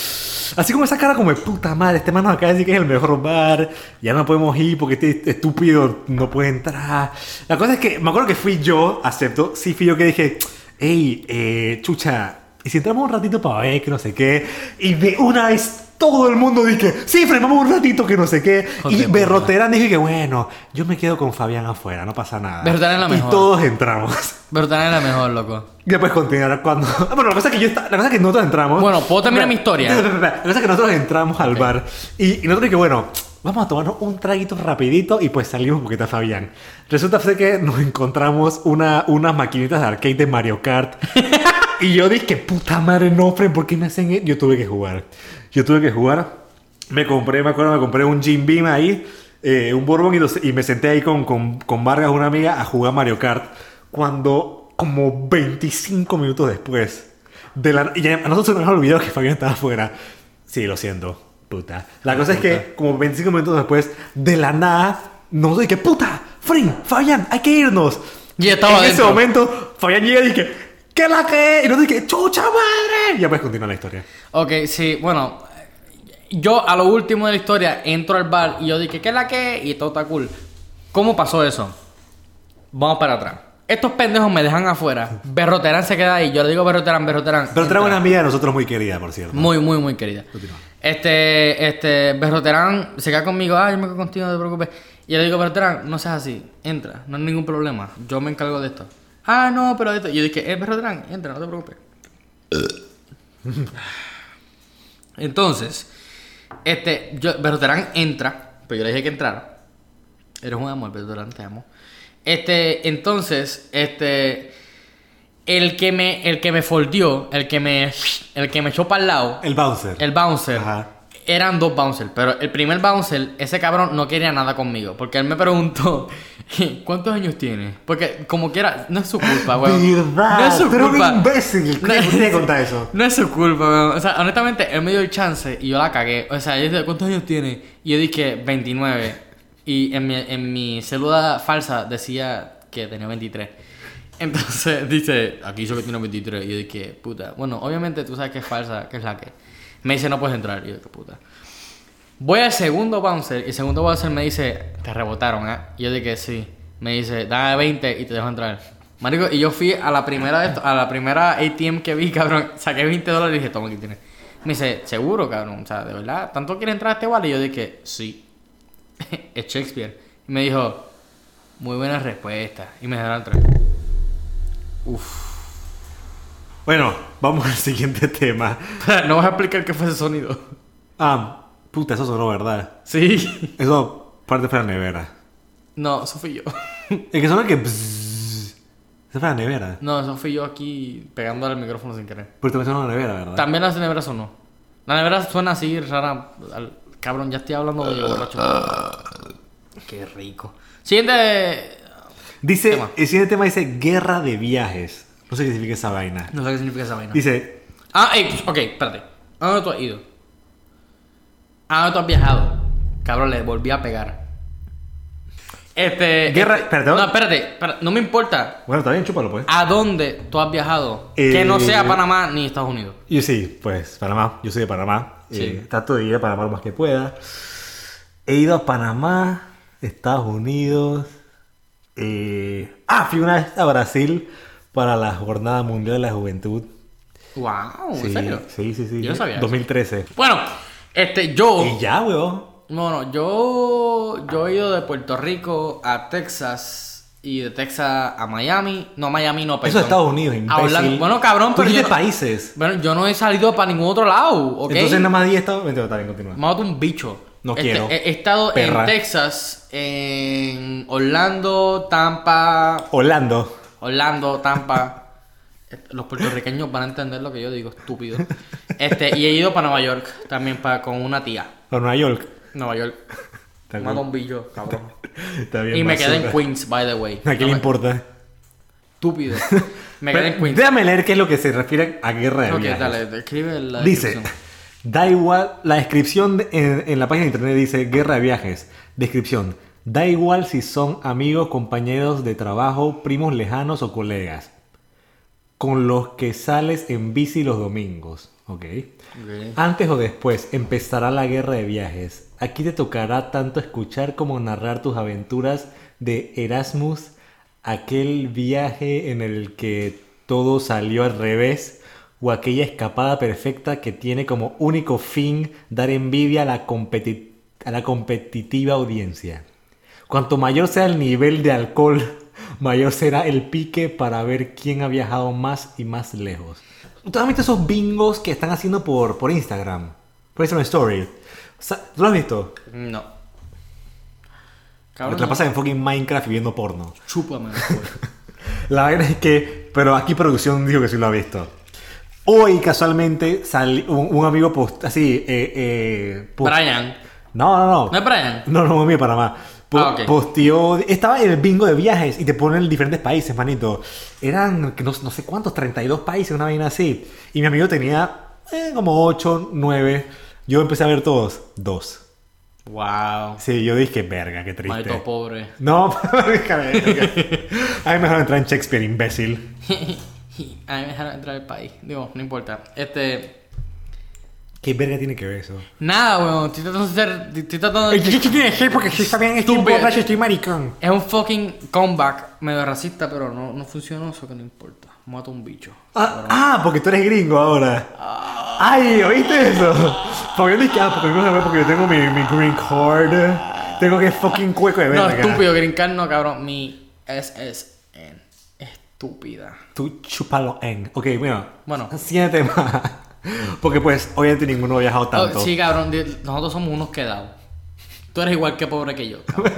Así como esa cara como de puta madre, este man nos acaba de decir que es el mejor bar, ya no podemos ir porque este estúpido no puede entrar. La cosa es que, me acuerdo que fui yo, acepto, sí fui yo que dije, hey, eh, chucha, y si entramos un ratito para ver que no sé qué, y de una vez. Todo el mundo dije, sí, frenamos un ratito que no sé qué. Joder, y puta. Berroterán dije que, bueno, yo me quedo con Fabián afuera, no pasa nada. Berroterán es la mejor. Y todos entramos. Pero también es la mejor, loco. Ya puedes continuar cuando. Ah, Bueno, la cosa es que yo esta- la cosa es que nosotros entramos. Bueno, ¿puedo terminar mi historia? Espera, espera, espera. La cosa es que nosotros entramos al bar y, y nosotros que bueno, vamos a tomarnos un traguito rapidito y pues salimos porque está Fabián. Resulta ser que nos encontramos una, unas maquinitas de arcade de Mario Kart. y yo dije, puta madre, no, Fren, ¿por qué me hacen esto? Yo tuve que jugar. Yo tuve que jugar. Me compré, me acuerdo, me compré un Jim Beam ahí, eh, un Bourbon, y, los- y me senté ahí con, con, con Vargas, una amiga, a jugar Mario Kart. Cuando, como 25 minutos después, de la, y ya- a nosotros se nos había olvidado que Fabián estaba afuera. Sí, lo siento, puta. La cosa es que, como 25 minutos después, de la nada, nos dije, puta, Fren, Fabián, hay que irnos. Y estaba En ese adentro. momento, Fabián llega y dije, ¿qué es la que? es?" Y nosotros dije, chucha madre. Ya puedes continuar la historia. Ok, sí, bueno. Yo a lo último de la historia entro al bar y yo dije, ¿qué es la que? es?" Y todo está cool. ¿Cómo pasó eso? Vamos para atrás. Estos pendejos me dejan afuera. Berroterán se queda ahí. Yo le digo Berroterán, Berroterán. Pero trae entra. una amiga de nosotros muy querida, por cierto. Muy, muy, muy querida. Continúa. Este, este, Berroterán se queda conmigo. Ah, yo me quedo contigo, no te preocupes. Y yo le digo, Berroterán, no seas así. Entra, no hay ningún problema. Yo me encargo de esto. Ah, no, pero de esto. Y yo dije, eh, Berroterán, entra, no te preocupes. Entonces, este, yo, Berroterán entra, pero yo le dije que entrara. Eres un amor, Berroterán, te amo. Este, entonces, este, el que me, el que me foldió, el que me, el que me echó para el lado, El bouncer. el bouncer. Ajá. Eran dos bouncers, pero el primer bouncer, ese cabrón no quería nada conmigo. Porque él me preguntó, ¿cuántos años tienes? Porque como quiera, no es su culpa, weón. ¿Verdad? No es su Tú eres un culpa. imbécil. ¿Qué- por qué te contar eso? No es su culpa, weón. O sea, honestamente, él me dio el chance y yo la cagué. O sea, yo dije, ¿cuántos años tienes? Y yo dije, 29. Y en mi, en mi célula falsa decía que tenía 23. Entonces dice, aquí dice que tiene 23. Y yo dije, puta. Bueno, obviamente tú sabes que es falsa, que es la que. Me dice, no puedes entrar. Y yo, qué puta. Voy al segundo bouncer y el segundo bouncer me dice, te rebotaron, ¿eh? Y yo dije, sí. Me dice, dame 20 y te dejo entrar. Marico, y yo fui a la primera de esto- a la primera ATM que vi, cabrón. Saqué 20 dólares y dije, toma, aquí tienes. Me dice, seguro, cabrón. O sea, ¿de verdad? ¿Tanto quieres entrar a este vale? Y yo dije, sí. es Shakespeare. Y me dijo, muy buena respuesta. Y me dejaron entrar. Bueno, vamos al siguiente tema. no vas a explicar qué fue ese sonido. Ah, puta, eso sonó, ¿verdad? Sí. Eso parte fue la nevera. No, eso fui yo. El que suena que... bzzz, Esa fue la nevera. No, eso fui yo aquí pegando al micrófono sin querer. Pero también sonó la nevera, ¿verdad? También la nevera sonó. La nevera suena así, rara. al- Cabrón, ya estoy hablando de borracho. Qué rico. Siguiente. Dice, Tema. el siguiente tema dice guerra de viajes. No sé qué significa esa vaina. No sé qué significa esa vaina. Dice, Ah, ey, pues, ok, espérate. ¿A dónde tú has ido? ¿A dónde tú has viajado? Cabrón, le volví a pegar. Este. Guerra- este- perdón. No, espérate, espérate, No me importa. bueno, está bien, chúpalo, pues. ¿A dónde tú has viajado? Que Eh, no sea Panamá ni Estados Unidos. Y sí, pues Panamá, yo soy de Panamá. Sí. Eh, trato de ir a Panamá lo más que pueda. He ido a Panamá, Estados Unidos. eh, Ah, fui una vez a Brasil para la Jornada Mundial de la Juventud. Wow, ¿en Sí, serio? sí, sí, sí. Yo no sabía. 2013. Bueno, este, yo. Y ya, weón. No, no, yo, yo he ido de Puerto Rico a Texas y de Texas a Miami. No, Miami no, perdón. Eso es Estados Unidos, A imbécil. Orlando. Bueno, cabrón, Tú pero yo dijiste no, países. bueno, yo no he salido para ningún otro lado, ¿ok? Entonces nada más 10 estados. Vente, está bien, continúa. Mámate un bicho. No Este, quiero. He, he estado Perra. en Texas, en Orlando, Tampa, Orlando. Orlando, Tampa. Este, Los puertorriqueños van a entender lo que yo digo, estúpido. Este, y he ido para Nueva York también para, con una tía. O Nueva York. Nueva York. Está Mámate bien. un bicho, cabrón. Está bien, Y me basura. quedé en Queens, by the way. ¿A No qué le me- importa? Estúpido. Me quedé en Pero Queens. Déjame leer qué es lo que se refiere a guerra de Ok, viajes. dale, describe la Dice, descripción. da igual, la descripción de- en, en la página de internet dice guerra de viajes. Descripción, da igual si son amigos, compañeros de trabajo, primos lejanos o colegas, con los que sales en bici los domingos. Ok. Ok. Antes o después empezará la guerra de viajes. Aquí te tocará tanto escuchar como narrar tus aventuras de Erasmus, aquel viaje en el que todo salió al revés o aquella escapada perfecta que tiene como único fin dar envidia a la, competi- a la competitiva audiencia. Cuanto mayor sea el nivel de alcohol, mayor será el pique para ver quién ha viajado más y más lejos. ¿Tú has visto esos bingos que están haciendo por, por Instagram? Por Instagram Story. O sea, ¿Tú lo has visto? No. Te la pasas en fucking Minecraft y viendo porno. Chúpame. pues. La verdad es que, pero aquí producción dijo que sí lo ha visto. Hoy casualmente sali- un, un amigo post, así, eh, eh, post- Brian. No, no, no. ¿No es Brian? No, no, mami, Panamá. Po- Ah, ok. Posteó. Estaba en el bingo de viajes y te ponen diferentes países, manito. Eran que no, no sé cuántos, 32 países, una vaina así. Y mi amigo tenía eh, como 8, 9. Yo empecé a ver todos. Dos. Wow. Sí, yo dije, verga, qué triste. Maldito pobre. no, déjame. déjame. A mí mejor entrar en Shakespeare, imbécil. A mí me dejaron entrar al país. Digo, no importa. Este. ¿Qué verga tiene que ver eso? Nada, weón. Estoy tratando de ser. Estoy tratando de- tiene que ver porque si sabían estoy borracho, estoy maricón. Es un fucking comeback medio racista, pero no, no funcionó, eso que no importa. Mato un bicho. Ah, ah, porque tú eres gringo ahora. Ay, ¿oíste eso? Porque yo dije, ah, porque no sé, porque yo tengo mi, mi green card. Tengo que fucking cueco de No, verga. estúpido, Green no, cabrón. Mi SSN. Estúpida. Tú chúpalo en. Ok, bueno. Bueno. Siguiente tema. Porque pues, obviamente ninguno ha viajado Oh, tanto. sí, cabrón. di- Nosotros somos unos quedados. Tú eres igual que pobre que yo, cabrón.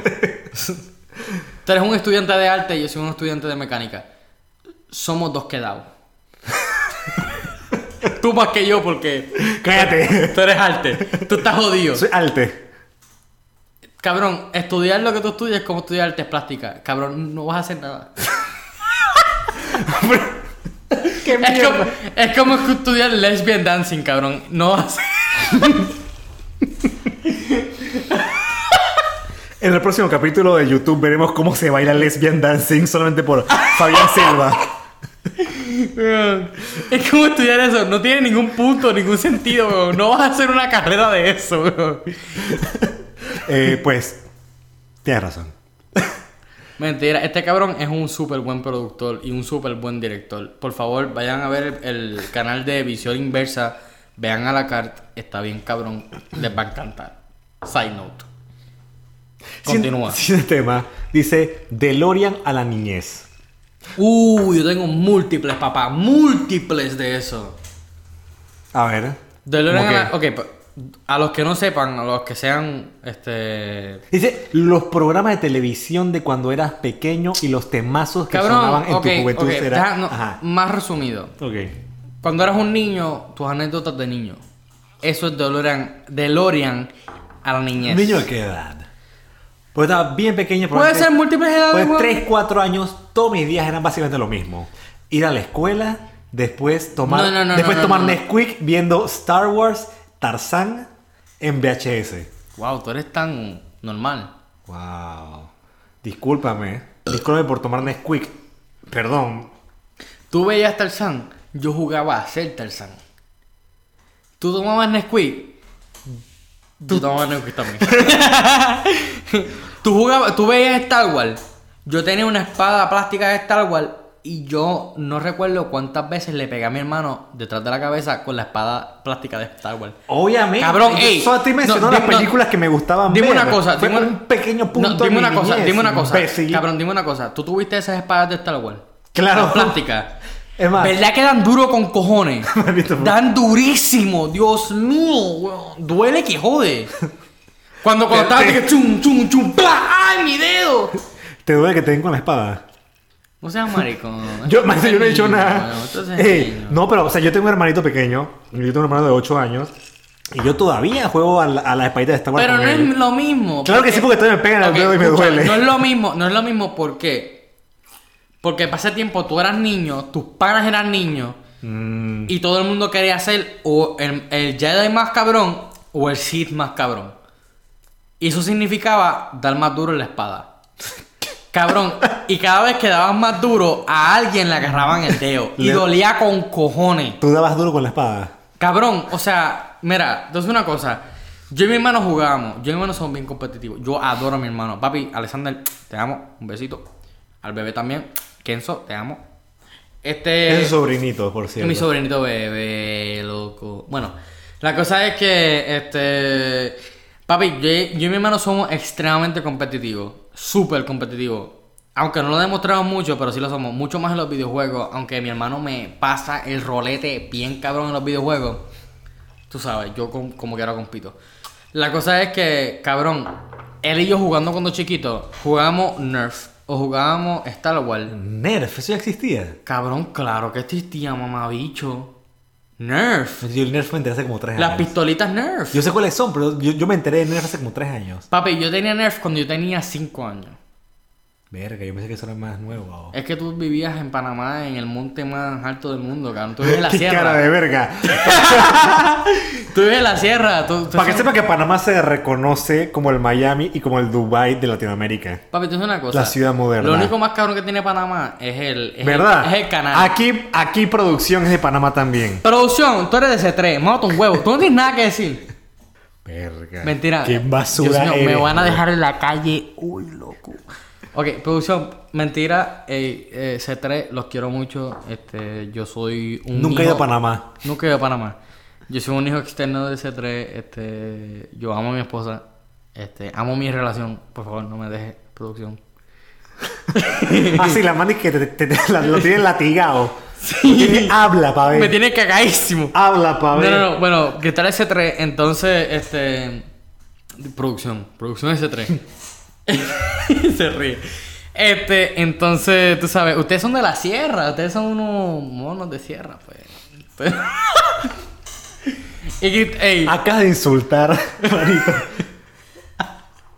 Tú eres un estudiante de arte y yo soy un estudiante de mecánica. Somos dos quedados. Tú más que yo porque Cállate. tú eres arte. Tú estás jodido. Soy alte. Cabrón, estudiar lo que tú estudias es como estudiar artes plásticas. Cabrón, no vas a hacer nada. ¡Qué Es como, es como estudiar lesbian dancing, cabrón. No vas a... En el próximo capítulo de YouTube veremos cómo se baila lesbian dancing solamente por Fabián Silva. Es como estudiar eso. No tiene ningún punto, ningún sentido, weón. No vas a hacer una carrera de eso, weón. Eh, pues, tienes razón. Mentira, este cabrón es un súper buen productor y un súper buen director. Por favor, vayan a ver el, el canal de Visión Inversa. Vean a la carta. Está bien, cabrón. Les va a encantar. Side note. Continúa. Sin, sin tema. Dice DeLorean a la niñez. Uh, yo tengo múltiples, papá. Múltiples de eso. A ver. DeLorean ¿cómo a la- qué? Ok, pa- a los que no sepan, a los que sean, este... Dice los programas de televisión de cuando eras pequeño y los temazos que sonaban Cabrón, en ok, tu juventud. ok, era- deja- no, Ajá. más resumido. Ok. Cuando eras un niño, tus anécdotas de niño. Eso es DeLorean, DeLorean a la niñez. ¿Niño de qué edad? Pues estaba bien pequeño. Puede probablemente- ser múltiples edades. Pues weón. 3, 4 años, todos mis días eran básicamente lo mismo. Ir a la escuela, después tomar, No, no, no, después no, no, tomar no. Nesquik viendo Star Wars, Tarzán en VHS. Wow, tú eres tan normal. Wow. Discúlpame. Discúlpame por tomar Nesquik. Perdón. Tú veías Tarzán, yo jugaba a ser Tarzán. Tú tomabas Nesquik. Tú tomabas Nesquik también. tú, jugabas, tú veías Star Wars. Yo tenía una espada plástica de Star Wars y yo no recuerdo cuántas veces le pegué a mi hermano detrás de la cabeza con la espada plástica de Star Wars. Obviamente. Cabrón, ey. Solo estoy mencionando No, eh, las dime- no. películas que me gustaban Dime ver. una cosa, Fue dime una- un pequeño punto No, de dime una mi cosa, niñez, dime una cosa. imbécil. Cabrón, dime una cosa. Tú tuviste esas espadas de Star Wars. Claro. Las plásticas. Es más- ¿Verdad que dan duro con cojones? Maldito puto. dan durísimo, Dios mío, weón. Duele que jode. Cuando cuando estaba Te- que chum chum chum ¡pla! ay mi dedo. ¿Te duele que te den con la espada? No seas maricón. Yo, maestro, yo no he dicho Niño, nada. weón, esto es Eh, niño. no, pero, o sea, yo tengo un hermanito pequeño. Yo tengo un hermano de 8 años. Y yo todavía juego a, la- a las espaditas de Star Wars. Pero con no él. es lo mismo. Claro que sí, porque todavía me pegan al Ok, dedo y me escúchame, duele. No es lo mismo, no es lo mismo porque. Porque pasé tiempo tú eras niño, tus panas eran niños. Mm, Y todo el mundo quería ser o el, el Jedi más cabrón o el Sith más cabrón. Y eso significaba dar más duro en la espada. Cabrón, y cada vez que dabas más duro, a alguien le agarraban el dedo. Y Le- dolía con cojones. tú dabas duro con la espada. Cabrón, o sea, mira, entonces una cosa. Yo y mi hermano jugábamos. Yo y mi hermano somos bien competitivos. Yo adoro a mi hermano. Papi, Alexander, te amo. Un besito. Al bebé también. Kenzo, te amo. Este. es un sobrinito, por cierto. Mi sobrinito bebé, loco. Bueno, la cosa es que, este. Papi, yo, yo y mi hermano somos extremadamente competitivos. Súper competitivos. Aunque no lo demostramos mucho, pero sí lo somos. Mucho más en los videojuegos. Aunque mi hermano me pasa el rolete bien cabrón en los videojuegos. Tú sabes, yo com- como que ahora compito. La cosa es que, cabrón, él y yo jugando cuando chiquitos, jugábamos Nerf o jugábamos Star Wars. Nerf, eso ya existía. Cabrón, claro que existía, mamabicho. Nerf. Pues Yo el Nerf me enteré hace como 3 Las años. pistolitas Nerf. Yo sé cuáles son, pero yo, yo me enteré de Nerf hace como 3 años. Papi, yo tenía Nerf cuando yo tenía 5 años. Verga, yo pensé que eso era más nuevo. Es que tú vivías en Panamá, en el monte más alto del mundo, cabrón. Tú vives en la Qué cara sierra. de verga. Tú vives en la sierra. Tú, tú- Para que sepa que Panamá se reconoce como el Miami y como el Dubai de Latinoamérica. Papi, tú es una cosa. La ciudad moderna. Lo único más cabrón que tiene Panamá es el... es el- ¿Verdad? Ah, es el canal. Aquí, aquí producción es de Panamá también. Producción, tú eres de C3. Mata un huevo. Tú no tienes nada que decir. Verga. Mentira. Qué basura Dios mío, me eres, van a bro. dejar en la calle. Uy, loco. Ok, producción, mentira, eh, eh, C3, los quiero mucho. Este, yo soy un Nunca he ido hijo- a Panamá. Nunca he ido a Panamá. Yo soy un hijo externo de C3, este, yo amo a mi esposa, este, amo mi relación, por favor, no me dejes, producción. Ah, sí, la mani que te, te- te- la- lo tiene latigado. Lo tiene- habla para ver. Me tiene cagadísimo. Habla para No, ver. no, no, bueno, gritar ese 3 entonces, este. Producción, producción ese 3 Se ríe. Este, entonces, tú sabes, ustedes son de la sierra, ustedes son unos monos de sierra, pues. y que, ey, Acabas de insultar, manito.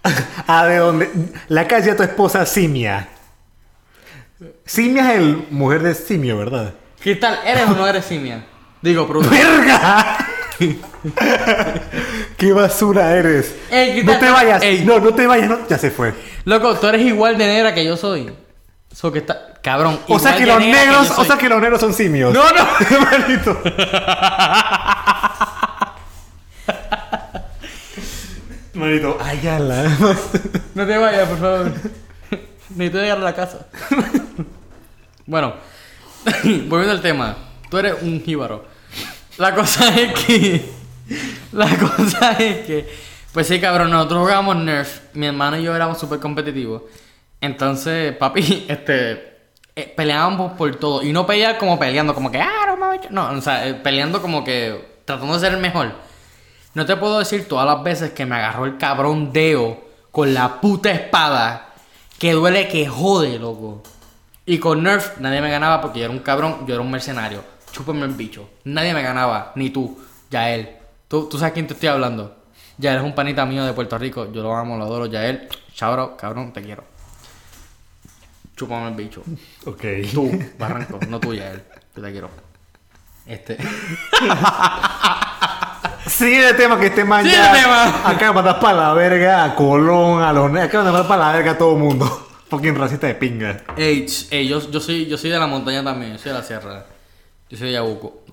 A Ah, de donde. La calle a tu esposa simia. Simia es el mujer de simio, ¿verdad? Cristal, ¿eres o no eres simia? Digo, pero... ¡Verga! ¡Qué basura eres! Ey, quita- no te vayas, ey. no, no te vayas, no- ya se fue. Loco, tú eres igual de negra que yo soy. So que está... Cabrón. O sea igual que de los negra negros, yo o soy. sea que los negros son simios. No, no. manito. Manito, ay, ya la. No te vayas, por favor. Necesito llegar a la casa. bueno, volviendo al tema. Tú eres un jíbaro. La cosa es que. La cosa es que. Pues sí, cabrón, nosotros jugábamos Nerf. Mi hermano y yo éramos súper competitivos. Entonces, papi, este. eh, peleábamos por todo. Y no pelear como peleando, como que. Ah, no mames. No, o sea, eh, peleando como que. Tratando de ser el mejor. No te puedo decir todas las veces que me agarró el cabrón Deo con la puta espada que duele que jode, loco. Y con Nerf nadie me ganaba porque yo era un cabrón, yo era un mercenario. Chúpame el bicho. Nadie me ganaba, ni tú, Yael. Tú, tú sabes quién te estoy hablando. Yael es un panita mío de Puerto Rico. Yo lo amo, lo adoro, Yael. Chabro, cabrón, te quiero. Chúpame el bicho. Ok. Tú, Barranco, no tú, Yael. Yo te quiero. Este. Sigue el tema que este man Sigue ya- el tema. Acá de mandar para la verga a Colón, a los negros. Acá de mandar para la verga a todo el mundo. Fucking racista de pinga. Ey, ch- ey, yo, yo soy, yo soy de la montaña también, yo soy de la sierra. Yo soy de Yabuco.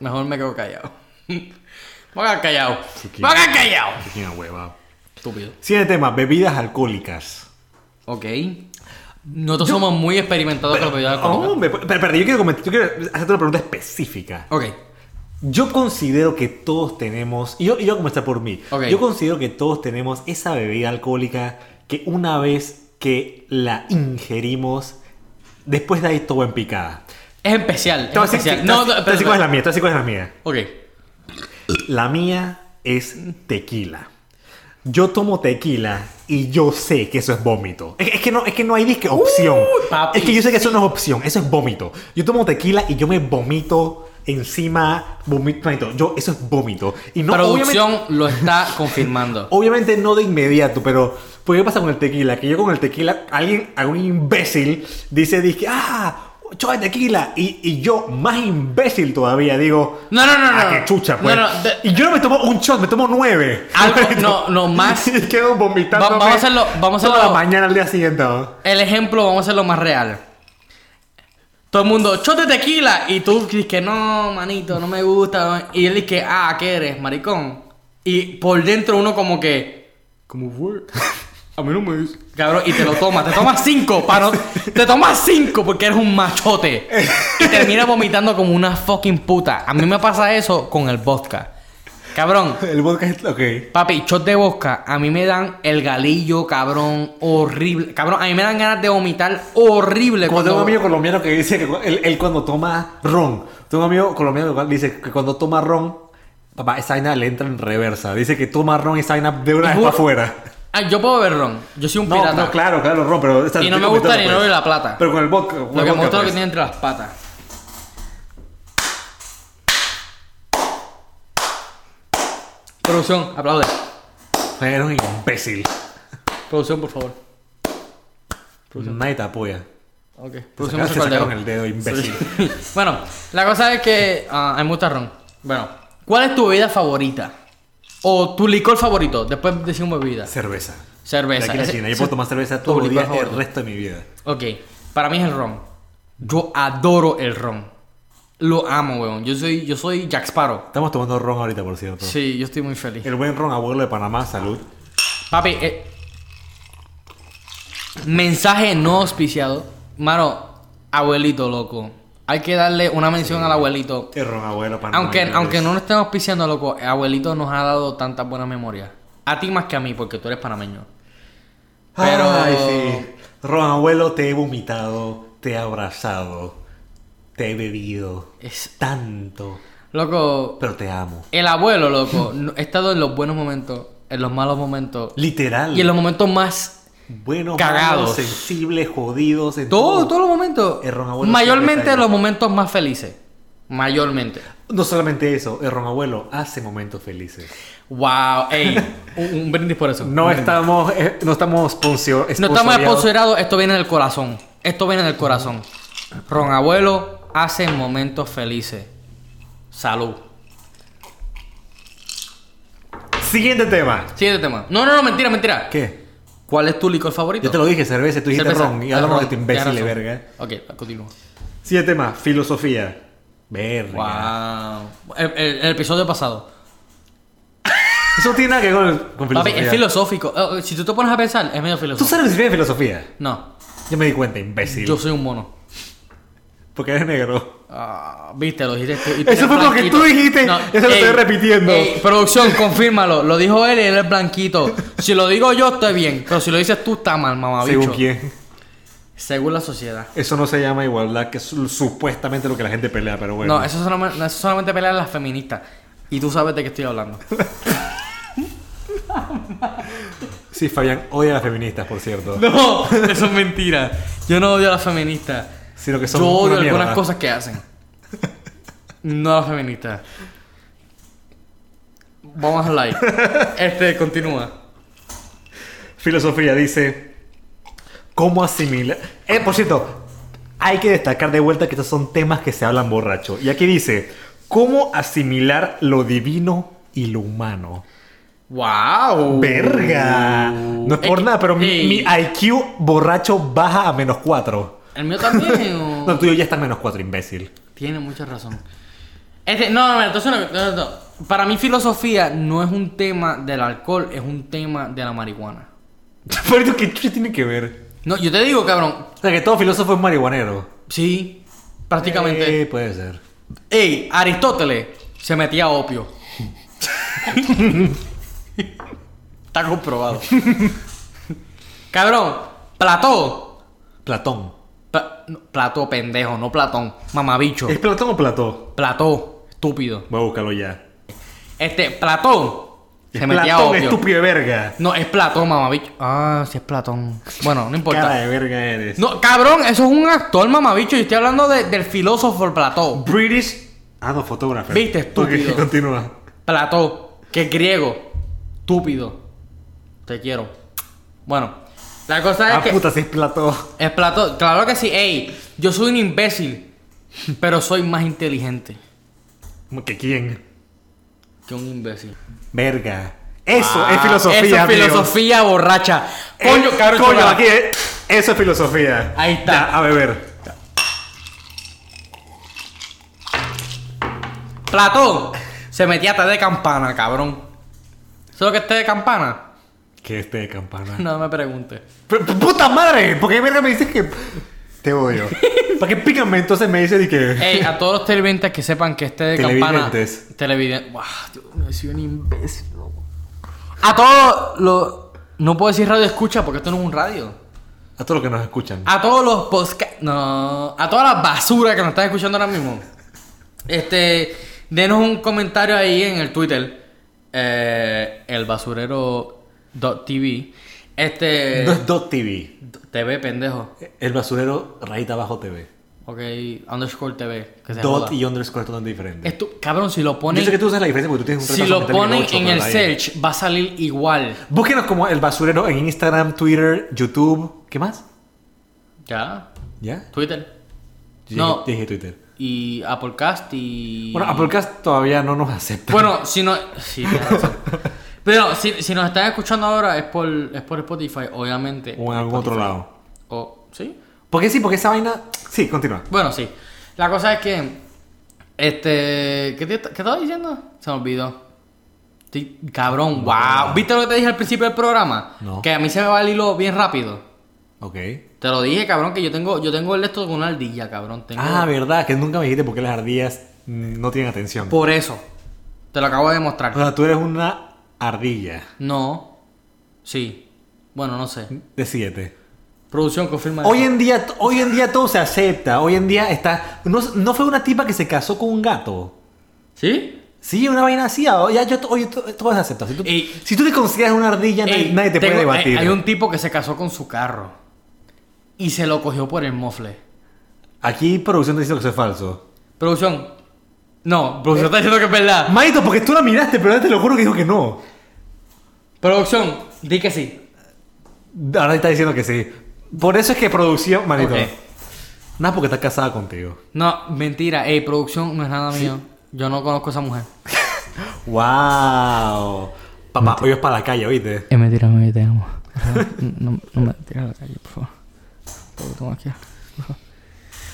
Mejor me quedo callado. Me quedo callado. Me quedo callado. Fucking hueva. Estúpido. Siguiente tema, bebidas alcohólicas. Ok. Nosotros somos muy experimentados con la bebida alcohólica. Hombre, pero, pero, pero yo quiero comentar, yo quiero hacerte una pregunta específica. Ok. Yo considero que todos tenemos, y yo, y yo voy a comenzar por mí, Ok. yo considero que todos tenemos esa bebida alcohólica que una vez que la ingerimos, después de ahí todo en picada. Es especial. Te voy a Es decir- especial. te- No, te- no, te voy a decir cuál es espera, la mía, te voy a decir cuál es la mía. Ok. La mía es tequila. Yo tomo tequila y yo sé que eso es vómito. Es, es que, no, es que no hay disque opción. papi, es que yo sé que eso no es opción, eso es vómito. Yo tomo tequila y yo me vomito encima. Vomito, manito, yo, eso es vómito. Y no, Producción obviamente, Ah, lo está confirmando. obviamente no de inmediato, pero. Pues, ¿qué pasa con el tequila? Que yo con el tequila, alguien, algún imbécil, dice, dice, ah, chorro de tequila. Y, y yo, más imbécil todavía, digo, No, no, no, no. Ah, qué chucha, pues. No, no. de- Y yo no me tomo un shot, me tomo nueve. Algo- no, no, más. Y quedo vomitando. Va- vamos a hacerlo- vamos a hacerlo- la mañana al día siguiente. ¿no? El ejemplo, vamos a hacerlo más real. Todo el mundo, shot de tequila. Y tú dices que no, manito, no me gusta. Y él dice que, ah, ¿qué eres, maricón? Y por dentro uno como que, ¿Cómo fue? a mí no me dice. Cabrón, y te lo tomas. Te tomas cinco, para no- Te tomas cinco porque eres un machote. Y terminas vomitando como una fucking puta. A mí me pasa eso con el vodka. Cabrón, El vodka es. Ok. Papi, shot de bosca, a mí me dan el galillo, cabrón, horrible. Cabrón, a mí me dan ganas de vomitar horrible. Como cuando- tengo un amigo colombiano que dice que cu- él, él cuando toma ron. Tengo un amigo colombiano que dice que cuando toma ron, papá, esa vaina le entra en reversa. Dice que toma ron y esa vaina de una vez Juro- para afuera. Ah, yo puedo beber ron. Yo soy un No, pirata. no, claro, claro, ron, pero. Y no me gusta ni el oro ni la plata. pues. Pero con el vodka. con Lo el que vodka, me gusta es lo que pues. tiene entre las patas. Producción, aplaude. Eres un imbécil. Producción, por favor. Pues Nadie te apoya. Ok. Te Producción, me sacaron sacó el dedo, imbécil. Sí. bueno, la cosa es que ah, hay mucho ron. Bueno, ¿cuál es tu bebida favorita? O tu licor favorito. Después decimos bebida. Cerveza. De Cerveza. aquí a la Ese- China. Yo ese- puedo tomar cerveza tu todo el día licor el favorito. resto de mi vida. Ok, para mí es el ron. Yo adoro el ron. Lo amo, weón. Yo soy, yo soy Jack Sparrow. Estamos tomando ron ahorita, por cierto. Sí, yo estoy muy feliz. El buen ron abuelo de Panamá, salud. Papi, eh, mensaje no auspiciado. Mano, abuelito, loco. Hay que darle una mención al abuelito. El ron abuelo de Panamá. Aunque, señores. aunque no nos estén auspiciando, loco, abuelito nos ha dado tantas buenas memorias. A ti más que a mí, porque tú eres panameño. Pero- Ay, sí. Ron abuelo, te he vomitado, te he abrazado, te he bebido. Es- Tanto. Loco, Pero te amo. el abuelo, loco, no- he estado en los buenos momentos, en los malos momentos, Literal. Y en los momentos más. Buenos, cagados. malos, sensibles, jodidos. En Todo, todos los momentos. El ron abuelo mayormente siempre está ahí. los momentos más felices. Mayormente. No solamente eso, el Ron Abuelo hace momentos felices. Wow, ey, un, un brindis por eso. No Un brindis. estamos, eh, no estamos sponsor, No estamos sponsoriados. esponsorados, esto viene del corazón. Esto viene del corazón. Ron Abuelo hace momentos felices. Salud. Siguiente tema. Siguiente tema. No, no, no, mentira, mentira. ¿Qué? ¿Cuál es tu licor favorito? Yo te lo dije, cerveza, tú dijiste Cerveza. ron y Ah, hablamos de ron. tu Tienes imbécil de razón. verga. eh. Ok, continúa. Siguiente tema, filosofía. Verga. Wow. El, el- el episodio pasado. Eso no tiene nada que ver con, con Papi, filosofía. es filosófico. Eh, eh, Si tú te pones a pensar, es medio ¿Tú filosófico. sabes lo que es filosofía? No, Yo me di cuenta, imbécil. yo soy un mono. Porque eres negro. Ah, Viste, lo dijiste tú. y Eso eres fue porque tú dijiste, eso lo estoy repitiendo. producción, confírmalo. Lo dijo él y él es blanquito. Si lo digo yo, estoy bien. Pero si lo dices tú, está mal, mamá. Según quién. Según la sociedad. Eso no se llama igualdad, que es supuestamente lo que la gente pelea, pero bueno. No, eso solamente, eso solamente pelean las feministas. Y tú sabes de qué estoy hablando. Sí, Fabián odia a las feministas, por cierto. No, eso es mentira. Yo no odio a las feministas. Sino que son Yo odio una mierda. algunas cosas que hacen. No a las feministas. Vamos a like. Este, continúa. Filosofía dice cómo asimilar. Eh, por cierto, hay que destacar de vuelta que estos son temas que se hablan borracho. Y aquí dice cómo asimilar lo divino y lo humano. ¡Wow! Verga. No es por Ey, nada, pero mi, ey. mi IQ borracho baja a menos 4. El mío también. o- No, el tuyo ya está en menos 4, imbécil. Tiene mucha razón. Este, no, no, no, entonces no, no, no. Para mí filosofía no es un tema del alcohol, es un tema de la marihuana. Pero ¿qué chucha tiene que ver? No, yo te digo, cabrón, O sea, que todo filósofo es marihuanero. sí, prácticamente. Eh, puede ser. Ey, Aristóteles se metía a opio. Está comprobado. Cabrón, Platón. Platón. Pla- no, Platón, pendejo, no Platón. Mamabicho. ¿Es Platón o Platón? Platón, estúpido. Voy a buscarlo ya. Este, Platón se Es metía Platón, a opio. estúpido de verga. No, es Platón, mamabicho. Ah, sí es Platón. Bueno, no importa. Cara de verga eres. No, cabrón, eso es un actor, mamabicho. Yo estoy hablando de- del filósofo Platón. British. Ah, no, fotógrafo. Viste, estúpido. Ok, continúa. Plató, que es griego, estúpido. Te quiero. Bueno, la cosa es Ah, que puta, si es Platón. es Platón, claro que sí, ey, yo soy un imbécil, pero soy más inteligente ¿Cómo que quién? que un imbécil. Ah, Verga. Eso es Eso filosofía, es amigos. filosofía borracha. Coño, Eh, cabrón. Coño, chulada. aquí eh, Eso es filosofía. Ahí está. Ya, a beber. Platón se metía hasta de campana, cabrón. ¿Sabes lo que es té de campana? Que este de campana. No me preguntes. Pero, pu- ¡Puta madre! ¿Por qué verga me dices que te odio? ¿Para qué pícame entonces me dices de que... Ey, a todos los televidentes que sepan que este de campana. Televidentes. Televidentes. Buah, Dios mío, soy un imbécil. loco. A todos los. No puedo decir radio escucha porque esto no es un radio. A todos los que nos escuchan. A todos los podcast. No. A toda la basura que nos están escuchando ahora mismo. Este. Denos un comentario ahí en el Twitter. Eh, el basurero.tv. Este. No es Dot TV. TV, pendejo. El basurero, rayita abajo TV. Ok. Underscore TV. Que se Dot joda. y underscore totalmente diferente. Esto- cabrón, si lo ponen. Yo sé que tú usas la diferencia porque tú tienes un Si retraso lo mental de ponen 8, en pero el ahí. search, va a salir igual. Búsquenos como el basurero en Instagram, Twitter, YouTube. ¿Qué más? ¿Ya? ¿Ya? Twitter. Yo No. dije- dije Twitter. Y Applecast y. Bueno, Applecast todavía no nos acepta. Bueno, si no. Sí, tienes razón. Pero si, si nos están escuchando ahora es por, es por Spotify, obviamente. o en algún otro lado. O. ¿Sí? Porque sí, porque esa vaina. Sí, continúa. Bueno, sí. La cosa es que. Este. ¿Qué, te, qué estaba diciendo? Se me olvidó. Estoy- cabrón, wow. ¿Viste lo que te dije al principio del programa? No. Que a mí se me va el hilo bien rápido. Ok. Te lo dije, cabrón, que yo tengo, yo tengo el esto con una ardilla, cabrón. Tengo... Ah, verdad, que nunca me dijiste por qué las ardillas mm, no tienen atención. Por eso. Te lo acabo de demostrar. O sea, tú eres una ardilla No. Sí. Bueno, no sé. de 7. Producción confirma. Hoy eso. en día, hoy en día todo se acepta. Hoy en día está. No, no fue una tipa que se casó con un gato. ¿Sí? Sí, una vaina así. ah, Ya, yo, oye, to- todo es aceptado. Si tú, Ey. si tú te consideras una ardilla, nadie, Ey, nadie te tengo- puede debatir. eh, Hay un tipo que se casó con su carro. Y se lo cogió por el mofle. Aquí producción te dice que eso es falso. Producción. No, producción está diciendo que es verdad. Maito, porque tú la miraste, pero él te lo juro que dijo que no. Producción, di que sí. Ahora está diciendo que sí. Por eso es que producción, manito. Ok. Nada porque está casada contigo. No, mentira. Ey, producción no es nada mío. Yo no conozco a esa mujer. Wow. Papá, hoy es para la calle, ¿oíste? Es mentira, me te amo. No, me tires a la calle, por favor.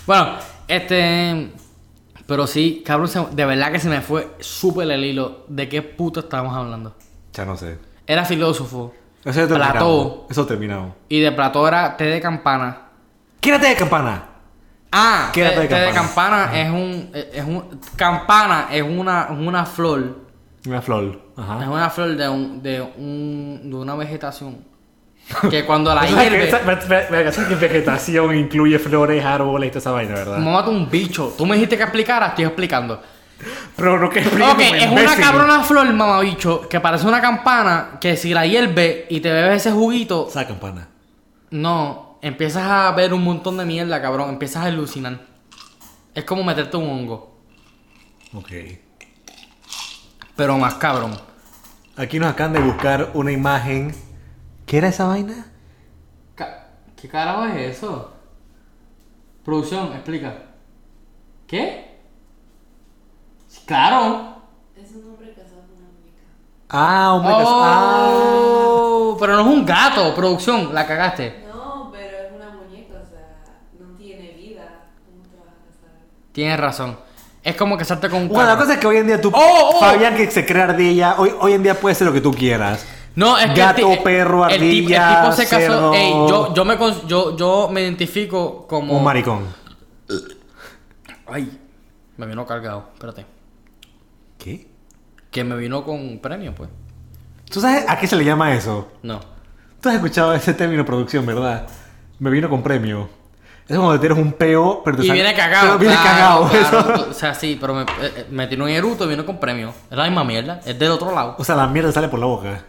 Bueno, este. Pero sí, cabrón, se- de verdad que se me fue súper el hilo de qué puta estábamos hablando. Ya no sé. Era filósofo. Eso ya terminamos. Plató. Eso terminamos. Y de Platón era té de campana. Quédate de campana. Ah, ¿Qué té- era té de té de campana? campana es un, eh, es un. Campana es una, una flor. Una flor. Es Ajá. una flor de, un, de, un, de una vegetación. Que cuando la O sea, que esa- hierve. ve- ve- ve- esa que vegetación incluye flores, árboles y toda esa vaina, ¿verdad? Mamá, tú un bicho. Tú me dijiste que explicara, estoy explicando. Pero no que Ok, explícame, es una imbécil. cabrona flor, mamabicho, que parece una campana, que si la hierve y te bebes ese juguito, Esa campana. no, empiezas a ver un montón de mierda, cabrón, empiezas a alucinar. Es como meterte un hongo, Ok. pero más cabrón. Aquí nos acaban de buscar una imagen. ¿Qué era esa vaina? Ca- ¿Qué carajo es eso? Producción, explica. ¿Qué? Sí, Claro. Es un hombre casado con una muñeca. Ah, un meca- Ah. Oh, pero no es un gato, producción, la cagaste. No, pero es una muñeca, o sea, no tiene vida. ¿Cómo te vas a casar? Tienes razón. Es como casarte con un Bueno, la carro. cosa es que hoy en día tú. Oh, oh. Fabián, que se crea ardilla. Hoy, hoy en día puede ser lo que tú quieras. No, es que Gato, el ti- perro, el ti- ardilla, El tipo se cerdo. casó. Ey, yo, yo, me cons- yo, yo me identifico como. Un maricón. Ay, me vino cargado. Espérate. ¿Qué? Que me vino con un premio, pues. ¿Tú sabes a qué se le llama eso? No. Tú has escuchado ese término producción, ¿verdad? Me vino con premio. Es como cuando tienes un peo, pero te Y sale- viene cagado. Pero viene claro, cagado. claro. eso. O sea, sí, pero me, eh, eh, me tiró un eruto y vino con premio. Es la misma mierda. Es del otro lado. O sea, la mierda sale por la boca.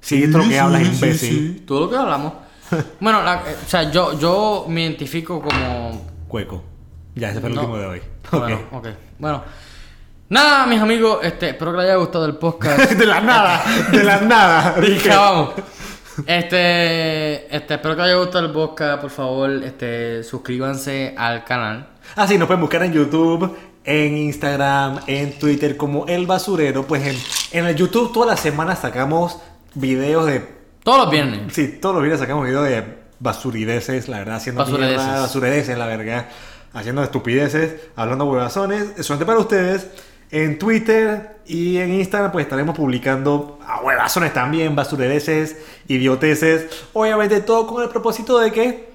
Sí, esto es lo que hablas, imbécil. Todo lo que hablamos. bueno, la- eh, o sea, yo, yo me identifico como Cueco. Ya, ese fue el No. último de hoy. Bueno, Ok. ok. Bueno. Nada, mis amigos, este, espero que les haya gustado el podcast. de la nada, de la nada. Dije, Ya vamos. Este, este, espero que les haya gustado el podcast, por favor, este, suscríbanse al canal. Ah, sí, nos pueden buscar en YouTube, en Instagram, en Twitter como El Basurero. Pues en, en el YouTube todas las semanas sacamos videos de... Todos los viernes. Sí, todos los videos sacamos videos de basurideces, la verdad, haciendo Basuredeces. mierda, basuredeces, la verdad. Haciendo estupideces, hablando huevazones. Solamente para ustedes. En Twitter y en Instagram pues estaremos publicando a huevazones también, basuredeces, idioteces. Obviamente todo con el propósito de que...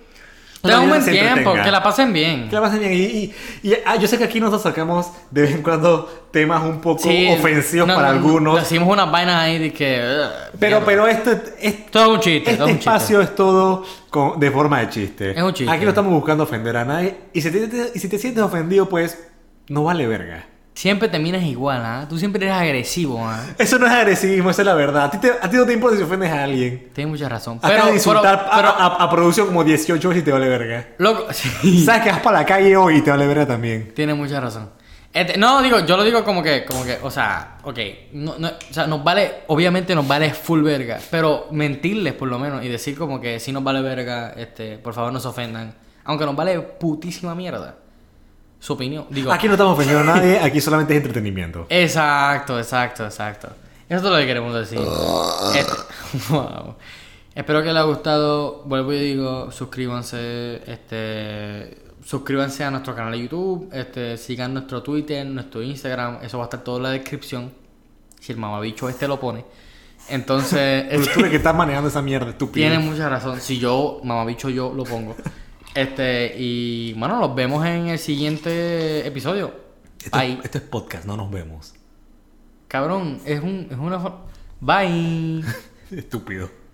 Tengan un uno buen se tiempo, entretenga. que la pasen bien. Que la pasen bien. Y, y- y, ah, yo sé que aquí nosotros sacamos de vez en cuando temas un poco Sí, ofensivos no, para no, algunos. Decimos unas vainas ahí de que. ugh, pero, mierda. pero este, este, Todo es un chiste, todo este es un chiste. espacio es todo con- de forma de chiste. Es un chiste. Aquí no estamos buscando ofender a nadie. Y si te, te- y si te sientes ofendido, pues no vale verga. Siempre terminas igual, ¿ah? Tú siempre eres agresivo, ¿ah? Eso no es agresivismo, esa es la verdad. A ti, te- a ti no te importa si ofendes a alguien. Tienes mucha razón. Acá Pero, de insultar pero, a- pero- a, a producción como 18 veces y te vale verga. loco, sí. Sabes que vas para la calle hoy y te vale verga también. Tiene mucha razón. Este, no, digo, yo lo digo como que, como que, o sea, ok, no, no, o sea, nos vale, obviamente nos vale full verga, pero mentirles por lo menos y decir como que si nos vale verga, este, por favor no se ofendan, aunque nos vale putísima mierda. Su opinión, digo. Aquí no estamos ofendiendo a nadie, aquí solamente es entretenimiento. Exacto, exacto, exacto. Eso es todo lo que queremos decir. Ah. Este- wow. Espero que les haya gustado. Vuelvo y digo, suscríbanse, este, suscríbanse a nuestro canal de YouTube, este, sigan nuestro Twitter, nuestro Instagram, eso va a estar todo en la descripción. Si el mamabicho este lo pone. Entonces, Pero este- tú eres que estás manejando esa mierda, estúpido. tiene mucha razón. Si yo, mamabicho, yo lo pongo. Este, y bueno, los vemos en el siguiente episodio. Esto, Bye. esto Este es podcast, no nos vemos. Cabrón, es un, es una forma. Bye. Estúpido.